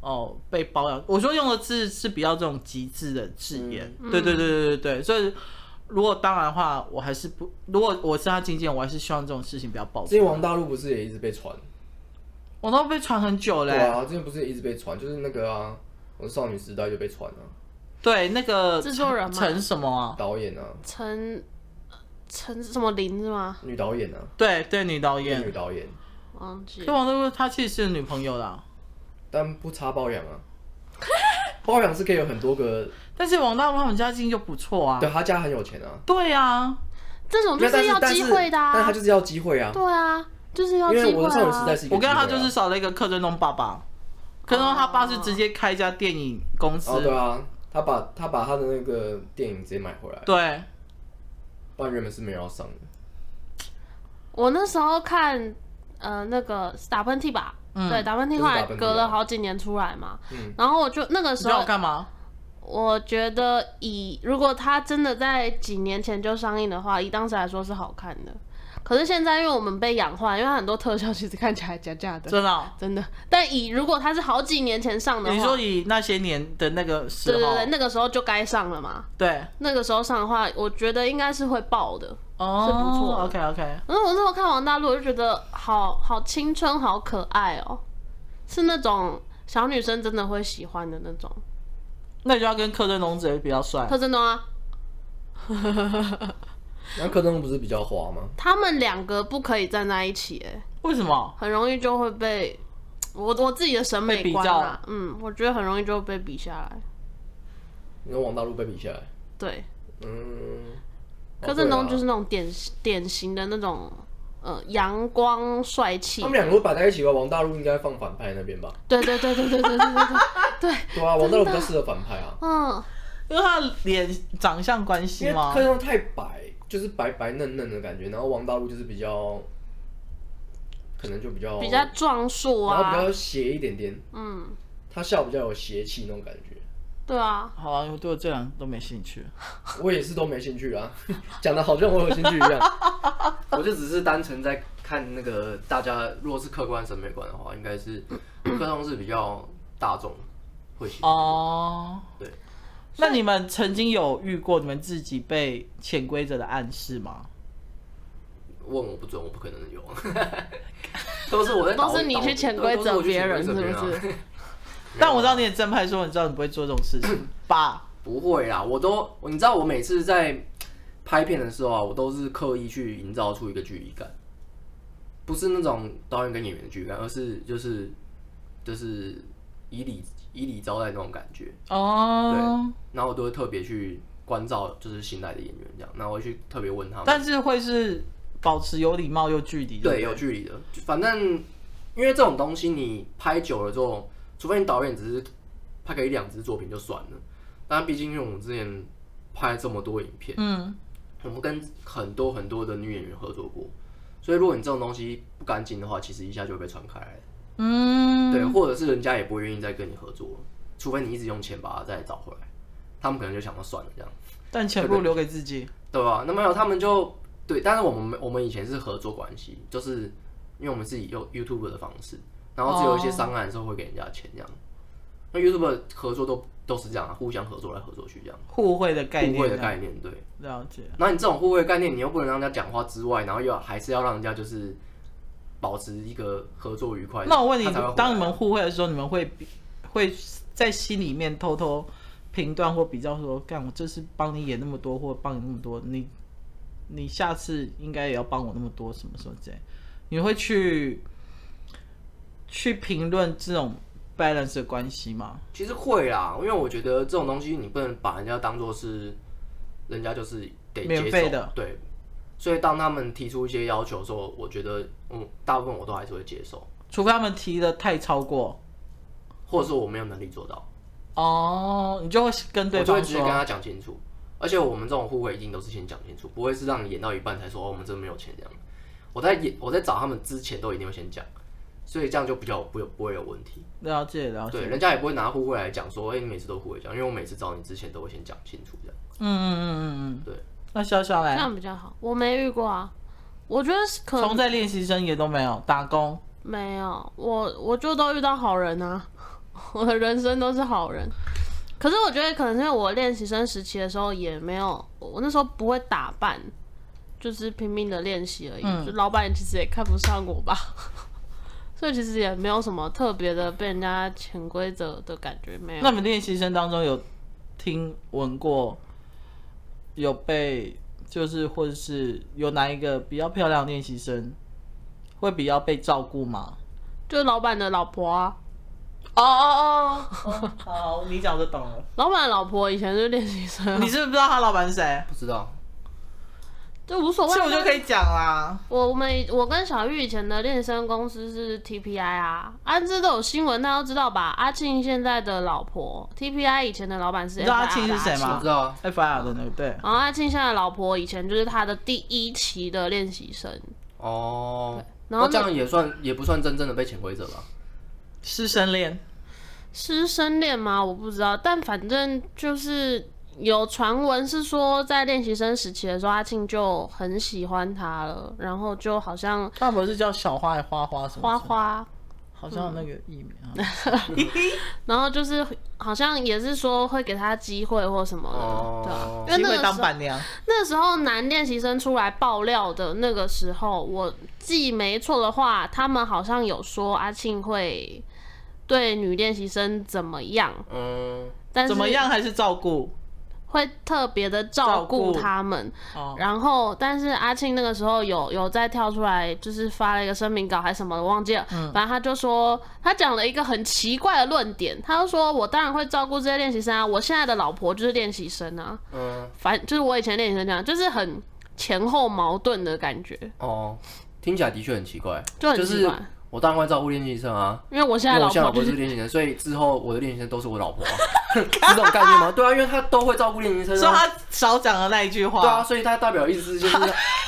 Speaker 3: 哦被包养。我说用的字是比较这种极致的字眼，对对对对对对，所以。如果当然的话，我还是不。如果我是他经纪人，我还是希望这种事情不要爆
Speaker 2: 之
Speaker 3: 出来。
Speaker 2: 前王大陆不是也一直被传？
Speaker 3: 我都被传很久欸嘞、
Speaker 2: 对啊，之前不是也一直被传，就是那个啊，我的少女时代就被传了、
Speaker 3: 对，那个
Speaker 1: 制作人嘛
Speaker 3: 陈什么啊？
Speaker 2: 导演啊，
Speaker 1: 陈陈什么林是吗？
Speaker 2: 女导演啊，
Speaker 3: 对对，女导演。
Speaker 2: 女导演，
Speaker 1: 忘记
Speaker 3: 就
Speaker 1: 了
Speaker 3: 王德威他其实是有女朋友啦，
Speaker 2: 但不差包养啊。 包养是可以有很多个，
Speaker 3: 但是王大陆他们家境就不错啊
Speaker 2: 对。他家很有钱啊，
Speaker 3: 对啊，
Speaker 1: 这种就
Speaker 2: 没有但
Speaker 1: 哦要
Speaker 2: 但
Speaker 1: 机会的
Speaker 2: 但他
Speaker 1: 啊。
Speaker 2: 就是要机会啊，
Speaker 1: 对啊，就是要
Speaker 2: 因
Speaker 1: 机
Speaker 2: 为我
Speaker 1: 会
Speaker 2: 的少女时代
Speaker 1: 啊。
Speaker 2: 是一个
Speaker 3: 我
Speaker 2: 机会
Speaker 3: 跟
Speaker 2: 啊、
Speaker 3: 他就是少了一个柯震东爸爸，柯震东他爸是直接开一家电影公司，
Speaker 2: 哦，对啊，他把他把他的那个电影直接买回来，
Speaker 3: 对
Speaker 2: 不然原本是没有要上的。
Speaker 1: 我那时候看呃那个打喷嚏吧，
Speaker 3: 嗯
Speaker 1: 对，打喷嚏
Speaker 2: 就是
Speaker 1: 后来
Speaker 2: 打喷嚏
Speaker 1: 隔
Speaker 2: 啊
Speaker 1: 了好几年出来嘛，
Speaker 2: 嗯
Speaker 1: 然后我就那个
Speaker 3: 你
Speaker 1: 时
Speaker 3: 知道
Speaker 1: 候
Speaker 3: 我干嘛？
Speaker 1: 我觉得以如果它真的在几年前就上映的话，以当时来说是好看的。可是现在因为我们被氧化，因为它很多特效其实看起来假假的，
Speaker 3: 真的哦、
Speaker 1: 真的。但以如果它是好几年前上的话，
Speaker 3: 你哦说以那些年的那个时
Speaker 1: 对
Speaker 3: 候，
Speaker 1: 对对，那个时候就该上了嘛。
Speaker 3: 对
Speaker 1: 那个时候上的话，我觉得应该是会爆的。
Speaker 3: 哦，
Speaker 1: 是不错的
Speaker 3: OK OK，
Speaker 1: 然后嗯我那时候看王大陆，我就觉得好好青春，好可爱哦、是那种小女生真的会喜欢的那种。
Speaker 3: 那你就要跟柯震东直接比较帅
Speaker 1: 柯。震东啊，
Speaker 2: 然后柯震东不是比较花吗？
Speaker 1: 他们两个不可以站在一起、哎。
Speaker 3: 为什么？
Speaker 1: 很容易就会被我我自己的审美
Speaker 3: 被比
Speaker 1: 观
Speaker 3: 较
Speaker 1: 啊，嗯，我觉得很容易就会被比下来。
Speaker 2: 你跟王大陆被比下来，
Speaker 1: 对，
Speaker 2: 嗯，哦
Speaker 1: 柯震东
Speaker 2: 对啊
Speaker 1: 就是那种典典型的那种呃阳光帅气
Speaker 2: 他们。两个如果摆在一起吧，王大陆应该放反派那边吧？
Speaker 1: 对对对对对对对对对，
Speaker 2: 对啊，王大陆比较适合反派啊，
Speaker 1: 嗯，
Speaker 3: 因为他脸长相关
Speaker 2: 因
Speaker 3: 系
Speaker 2: 为
Speaker 3: 吗
Speaker 2: 柯？震东太白，就是白白嫩嫩的感觉，然后王大陆就是比较，可能就比较
Speaker 1: 比较壮硕
Speaker 2: 然后比
Speaker 1: 啊，
Speaker 2: 较邪一点点，
Speaker 1: 嗯，
Speaker 2: 他笑比较有邪气那种感觉。
Speaker 1: 对啊，
Speaker 3: 好啊，我对我这两个都没兴趣。
Speaker 4: 我也是都没兴趣 啊，讲的好像我有兴趣一样。
Speaker 2: 我就只是单纯在看那个大家，如果是客观审美观的话，应该是科通是比较大众会喜欢。
Speaker 3: 哦，
Speaker 2: 对。
Speaker 3: 那你们曾经有遇过你们自己被潜规则的暗示吗？
Speaker 2: 问我不准，我不可能 有。都是我在
Speaker 1: 都是你去潜规则别人，啊是不
Speaker 2: 是？
Speaker 1: 是？
Speaker 2: 啊
Speaker 3: 但我知道你也正派说，你知道你不会做这种事情吧？
Speaker 2: 不会啦，我都你知道，我每次在拍片的时候啊，我都是刻意去营造出一个距离感，不是那种导演跟演员的距离感，而是就是就是以礼以礼招待那种感觉。
Speaker 3: 哦，
Speaker 2: 然后我都会特别去关照，就是新来的演员这样，那我会去特别问他们，
Speaker 3: 但是会是保持有礼貌又距离。不
Speaker 2: 对，有距离的，就反正因为这种东西你拍久了之后，除非你导演只是拍个一两支作品就算了，但毕竟因为我们之前拍这么多影片，
Speaker 3: 嗯，
Speaker 2: 我们跟很多很多的女演员合作过，所以如果你这种东西不干净的话，其实一下就会被传开来，
Speaker 3: 嗯，
Speaker 2: 对，或者是人家也不会愿意再跟你合作了，除非你一直用钱把它再找回来，他们可能就想说算了这样。
Speaker 3: 但钱不如留给自己。
Speaker 2: 对吧？那没有，他们就对，但是我们我们以前是合作关系，就是因为我们是以 You YouTube 的方式，然后只有一
Speaker 3: 哦
Speaker 2: 些商案的时候会给人家钱这样。那 YouTube 合作都都是这样、啊，互相合作来合作去这样，
Speaker 3: 互惠的概念，啊
Speaker 2: 互惠的概念对。
Speaker 3: 了解。
Speaker 2: 然后你这种互惠的概念，你又不能让人家讲话之外，然后又要还是要让人家就是保持一个合作愉快。
Speaker 3: 那我问你
Speaker 2: 他才会回，来
Speaker 3: 当你们互惠的时候，你们会比会在心里面偷偷评断或比较说，干我这次帮你演那么多，或帮你那么多，你你下次应该也要帮我那么多，什么什么之类，你会去去评论这种 balance 的关系吗？
Speaker 2: 其实会啦，因为我觉得这种东西你不能把人家当做是，人家就是得接受
Speaker 3: 免费的，
Speaker 2: 对。所以当他们提出一些要求的时候，我觉得嗯，大部分我都还是会接受，
Speaker 3: 除非他们提的太超过
Speaker 2: 或者说我没有能力做到，
Speaker 3: 哦，你就会跟对
Speaker 2: 我就会
Speaker 3: 方
Speaker 2: 直接跟
Speaker 3: 说，
Speaker 2: 他讲清楚。而且我们这种互惠一定都是先讲清楚，不会是让你演到一半才说哦，我们真的没有钱这样。我在演我在找他们之前都一定会先讲，所以这样就比较不有不会有问题。
Speaker 3: 了解了解，
Speaker 2: 对，人家也不会拿互惠来讲说，哎、你每次都互惠讲，因为我每次找你之前都会先讲清楚这样。
Speaker 3: 嗯嗯嗯嗯嗯，
Speaker 2: 对。
Speaker 3: 那潇潇
Speaker 1: 这
Speaker 3: 来，
Speaker 1: 样比较好。我没遇过啊，我觉得是可
Speaker 3: 从在练习生也都没有打工。
Speaker 1: 没有，我我就都遇到好人啊，我的人生都是好人。可是我觉得可能是因为我练习生时期的时候也没有，我那时候不会打扮，就是拼命的练习而已。就老板其实也看不上我吧， 所以其实也没有什么特别的被人家潜规则的感觉，没有。
Speaker 3: 那你们练习生当中有听闻过有被就是或者是有哪一个比较漂亮的练习生会比较被照顾吗？
Speaker 1: 就是老板的老婆啊，
Speaker 3: 哦哦 哦， 好，你讲就懂了。
Speaker 1: 老板的老婆以前是练习生啊
Speaker 3: 你，是不是不知道他老板是谁？
Speaker 2: 不知道，
Speaker 1: 就无所谓
Speaker 3: 所以
Speaker 1: 啊。
Speaker 3: 我就可以讲啦。
Speaker 1: 我我们以我跟小玉以前的练习生公司是 TPI 啊，安这都有新闻，大家都知道吧？阿庆现在的老婆 TPI 以前的老板是
Speaker 3: 你知
Speaker 1: FIR
Speaker 3: 道阿庆是谁
Speaker 1: 的阿
Speaker 3: 吗
Speaker 2: 不知道啊。
Speaker 3: FIR 的那个对，
Speaker 1: 然后阿庆现在的老婆以前就是他的第一期的练习生，
Speaker 2: 哦，
Speaker 1: 然后
Speaker 2: 那这样也算也不算真正的被潜规则吧？
Speaker 3: 师生恋。
Speaker 1: 师生恋吗？我不知道，但反正就是有传闻是说，在练习生时期的时候，阿庆就很喜欢他了，然后就好像
Speaker 3: 他不是叫小花还花花什
Speaker 1: 花，嗯
Speaker 3: 么？
Speaker 1: 花
Speaker 3: 好像有那个艺名啊。
Speaker 1: 然后就是好像也是说会给他机会或什么的，对啊、
Speaker 2: 哦
Speaker 1: 因为
Speaker 3: 机
Speaker 1: 那
Speaker 3: 会
Speaker 1: 个
Speaker 3: 当
Speaker 1: 时候
Speaker 3: 伴娘。
Speaker 1: 那时候男练习生出来爆料的那个时候，我记没错的话，他们好像有说阿庆会对女练习生怎么样，
Speaker 2: 嗯，
Speaker 1: 但是
Speaker 3: 怎么样还是照顾？
Speaker 1: 会特别的照顾
Speaker 3: 照顾
Speaker 1: 他们。
Speaker 3: 哦，
Speaker 1: 然后，但是阿庆那个时候有有再跳出来，就是发了一个声明稿还是什么的，我忘记了。
Speaker 2: 嗯
Speaker 1: 反正他就说，他讲了一个很奇怪的论点，他就说我当然会照顾这些练习生啊，我现在的老婆就是练习生啊，
Speaker 2: 嗯，
Speaker 1: 反就是我以前练习生这样，就是很前后矛盾的感觉，
Speaker 2: 哦，听起来的确很奇怪，
Speaker 1: 就很奇怪。
Speaker 2: 是我当然会照顾练习生啊，
Speaker 1: 因为我现在
Speaker 2: 因为
Speaker 1: 老
Speaker 2: 我现在老
Speaker 1: 婆就
Speaker 2: 婆是
Speaker 1: 是
Speaker 2: 练习生，所以之后我的练习生都是我老婆、啊， 是这种概念吗？对啊，因为他都会照顾练习生、
Speaker 3: 所以
Speaker 2: 啊，
Speaker 3: 他少讲了那一句话。
Speaker 2: 对啊，所以他代表意思就是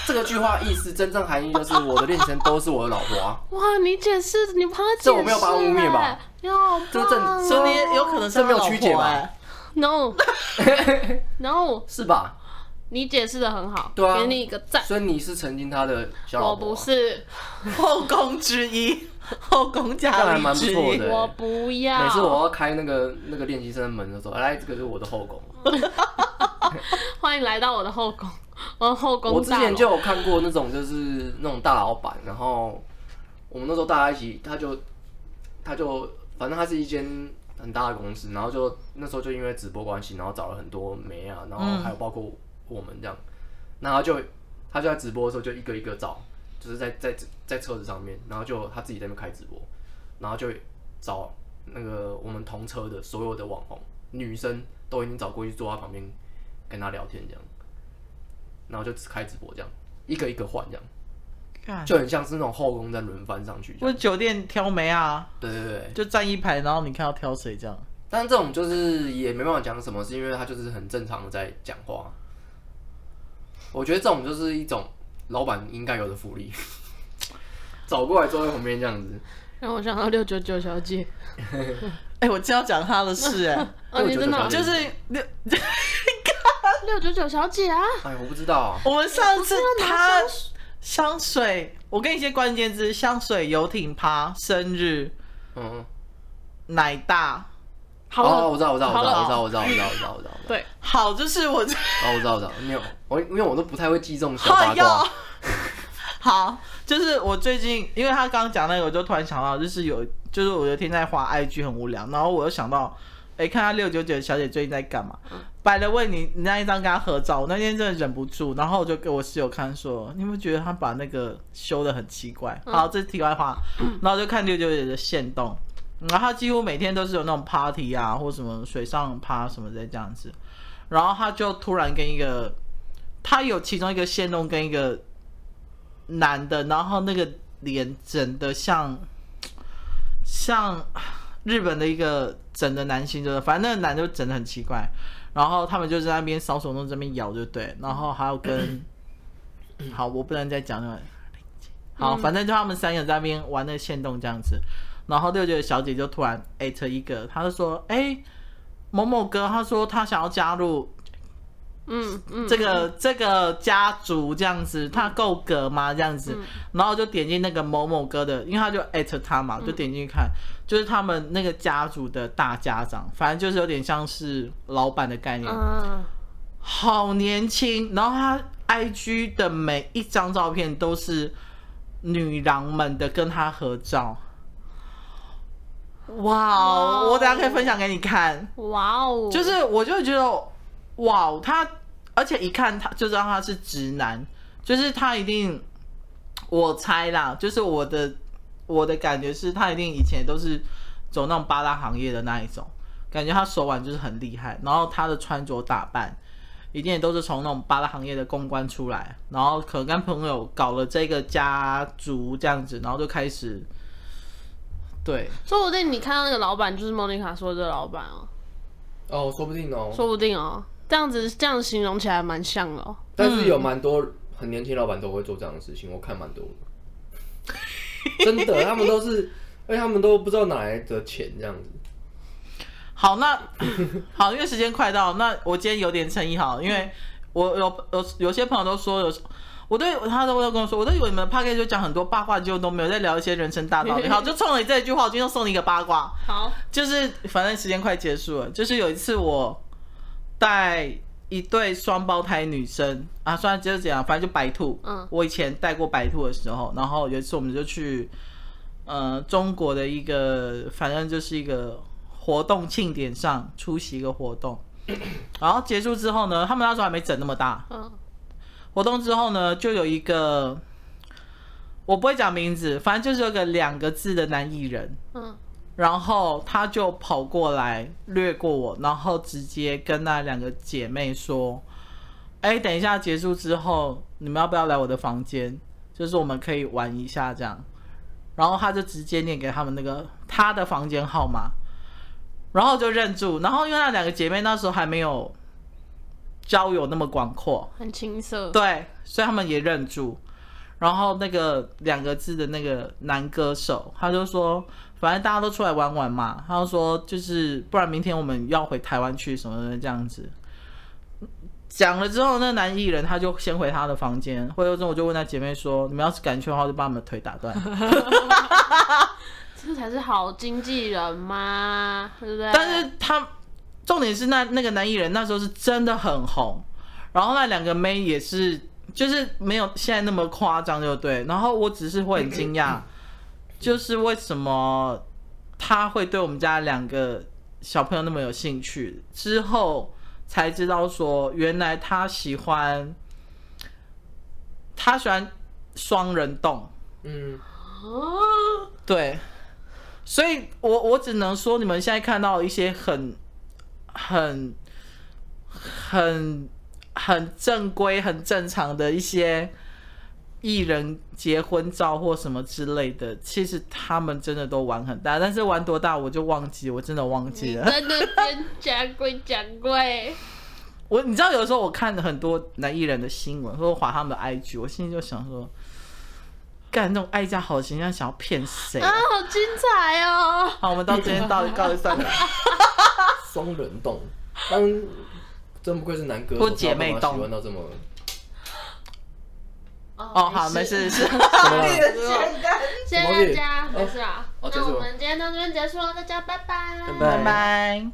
Speaker 2: 这个句话意思真正含义就是我的练习生都是我的老婆啊，
Speaker 1: 哇，你解释，你帮他解释、欸，
Speaker 2: 这我没有把它污蔑吧？
Speaker 1: 你好棒、哦，
Speaker 2: 这正
Speaker 3: 所以你也有可能是
Speaker 2: 这没有曲解吧
Speaker 3: 他老婆欸
Speaker 1: No No，
Speaker 2: 是吧？
Speaker 1: 你解释的很好，
Speaker 2: 对啊
Speaker 1: 给你一个赞。
Speaker 2: 所以你是曾经他的小老
Speaker 1: 我
Speaker 2: 婆啊、
Speaker 1: 不是，
Speaker 3: 后宫之一， 后宫
Speaker 2: 这样
Speaker 3: 佳
Speaker 2: 还
Speaker 3: 丽
Speaker 2: 蛮不
Speaker 3: 之
Speaker 2: 错
Speaker 3: 一
Speaker 2: 的。
Speaker 1: 我不要。
Speaker 2: 每次我要开那个那个练习生的门的时候，来，这个是我的后宫。
Speaker 1: 欢迎来到我的后宫，我的后宫
Speaker 2: 我之
Speaker 1: 大
Speaker 2: 前
Speaker 1: 楼
Speaker 2: 就有看过那种，就是那种大老板，然后我们那时候大家一起，他就他就反正他是一间很大的公司，然后就那时候就因为直播关系，然后找了很多媒啊，然后还有包括我们这样，那他就他就在直播的时候就一个一个找，就是在在在车子上面，然后就他自己在那边开直播，然后就找那个我们同车的所有的网红女生都已经找过去坐他旁边跟他聊天这样。然后就只开直播这样，一个一个换这样，
Speaker 3: 干
Speaker 2: 就很像是那种后宫在轮番上去这
Speaker 3: 不
Speaker 2: 样。
Speaker 3: 是酒店挑眉啊，
Speaker 2: 对对对，
Speaker 3: 就站一排，然后你看要挑谁这样。
Speaker 2: 但这种就是也没办法讲什么，是因为他就是很正常的在讲话。我觉得这种就是一种老板应该有的福利， 找过来坐在旁边这样子。
Speaker 1: 让我想到六九九小姐。
Speaker 3: 哎、我正要讲他的事、 哎，
Speaker 1: 哦，你真的
Speaker 2: 699小姐
Speaker 3: 就是六
Speaker 1: 六九九小姐啊？
Speaker 2: 哎，我不知道啊、
Speaker 3: 我们上次他香水，我给你一些关键字：香水、游艇趴、生日、
Speaker 2: 嗯，
Speaker 3: 奶大。
Speaker 1: 好
Speaker 2: 哦，
Speaker 1: 冷，
Speaker 2: 我知道，我知道，我
Speaker 1: 好
Speaker 2: 知
Speaker 1: 冷
Speaker 2: 道，
Speaker 1: 哦
Speaker 2: 我知道，我知道，我知道，我知道，我知道，
Speaker 1: 对，
Speaker 3: 好，就是我
Speaker 2: 哦，我知道，我知道，没有，我因为我都不太会记这种小八卦
Speaker 3: 好 哟。。好，就是我最近，因为他刚刚讲那个，我就突然想到，就是有，就是我有一天在滑 IG 很无聊，然后我又想到，哎、看他六九九小姐最近在干嘛？摆了问你，你那一张跟她合照，我那天真的忍不住，然后我就给我室友看说，你有没有觉得她把那个修的很奇怪？好，这是题外话，然后就看六九九的线动，然后她几乎每天都是有那种 party 啊，或什么水上趴什么的这样子，然后她就突然跟一个，她有其中一个线动跟一个男的，然后那个脸整的像像日本的一个整的男星，就是反正那个男的就整的很奇怪，然后他们就在那边搔首弄姿在那边咬，就对，然后还有跟好，我不能再讲那个，好，反正就他们三个在那边玩那个线动这样子，然后六九的小姐就突然艾特一个，她就说，哎、某某哥，他说他想要加入
Speaker 1: 嗯嗯，
Speaker 3: 这个这个家族这样子，他够格吗？这样子，
Speaker 1: 嗯
Speaker 3: 然后就点进那个某某哥的，因为他就艾特他
Speaker 1: 嗯
Speaker 3: 嘛，就点进去看，就是他们那个家族的大家长，反正就是有点像是老板的概念，
Speaker 1: 嗯，
Speaker 3: 好年轻。然后他 IG 的每一张照片都是女郎们的跟他合照。哇
Speaker 1: 哇
Speaker 3: 哦，
Speaker 1: 哦
Speaker 3: 我等一下可以分享给你看。
Speaker 1: 哇哦，
Speaker 3: 就是我就觉得，哇，他而且一看他就知道他是直男，就是他一定，我猜啦，就是我的我的感觉是他一定以前都是走那种八大行业的那一种，感觉他手腕就是很厉害，然后他的穿着打扮。一定也都是从那种八大行业的公关出来，然后可能跟朋友搞了这个家族这样子，然后就开始，对，
Speaker 1: 说不定你看到那个老板就是莫妮卡说的老板哦，
Speaker 4: 哦，说不定哦。
Speaker 1: 说不定哦，这样子这样形容起来蛮像的哦。
Speaker 4: 但是有蛮多很年轻老板都会做这样的事情，我看蛮多的。 真的，他们都是，而且他们都不知道哪来的钱这样子。
Speaker 3: 好，那 好，因为时间快到，那我今天有点诚意好，因为我有有有些朋友都说有。我对他都都跟我说，我都以为你们 p a c a 就讲很多八卦，就都没有在聊一些人生大道理。好，就冲着你这一句话，我今天就送你一个八卦，
Speaker 1: 好，
Speaker 3: 就是反正时间快结束了。就是有一次我带一对双胞胎女生啊，虽然就是这样，反正就白兔。
Speaker 1: 嗯
Speaker 3: 我以前带过白兔的时候，然后有一次我们就去呃中国的一个，反正就是一个活动庆典上出席一个活动， 然后结束之后呢，他们那时候还没整那么大。
Speaker 1: 嗯
Speaker 3: 活动之后呢，就有一个我不会讲名字，反正就是有个两个字的男艺人，
Speaker 1: 嗯，
Speaker 3: 然后他就跑过来掠过我，然后直接跟那两个姐妹说：“哎，等一下结束之后，你们要不要来我的房间？就是我们可以玩一下这样。”然后他就直接念给他们那个他的房间号码，然后就认住。然后因为那两个姐妹那时候还没有交友那么广阔，
Speaker 1: 很青涩。
Speaker 3: 对，所以他们也认住。然后那个两个字的那个男歌手，他就说，反正大家都出来玩玩嘛，他就说就是不然明天我们要回台湾去什么的这样子。讲了之后，那男艺人他就先回他的房间，回头之后我就问他姐妹说，你们要是敢去的话，我就把你们腿打断。
Speaker 1: 这才是好经纪人嘛，对不对？
Speaker 3: 但是他重点是那那个男艺人那时候是真的很红，然后那两个妹也是，就是没有现在那么夸张，就对。然后我只是会很 惊讶，就是为什么他会对我们家两个小朋友那么有兴趣？之后才知道说，原来他喜欢，他喜欢双人洞。
Speaker 4: 嗯，
Speaker 1: 哦，
Speaker 3: 对，所以我我只能说，你们现在看到一些很、很、很、很正规、很正常的一些艺人结婚照或什么之类的，其实他们真的都玩很大，但是玩多大我就忘记，我真的忘记
Speaker 1: 你
Speaker 3: 了。
Speaker 1: 在那边讲鬼讲鬼，
Speaker 3: 我你知道，有的时候我看很多男艺人的新闻，或者划他们的 IG，我心里就想说，干那种爱家好形象，想要骗谁啊
Speaker 1: 啊，好精彩哦！
Speaker 3: 好，我们到今天到告一段落。
Speaker 4: 双人洞，当真不愧是男歌手，
Speaker 3: 或姐妹洞
Speaker 4: 他有办法喜欢到这么。
Speaker 3: 哦，好，没事，没事。
Speaker 1: 哦谢谢大家，没事啊。
Speaker 2: 哦哦结
Speaker 1: 那
Speaker 2: 束
Speaker 1: 我
Speaker 2: 了
Speaker 1: 们今天到这边结束了，大家拜拜。
Speaker 4: 拜
Speaker 3: 拜拜。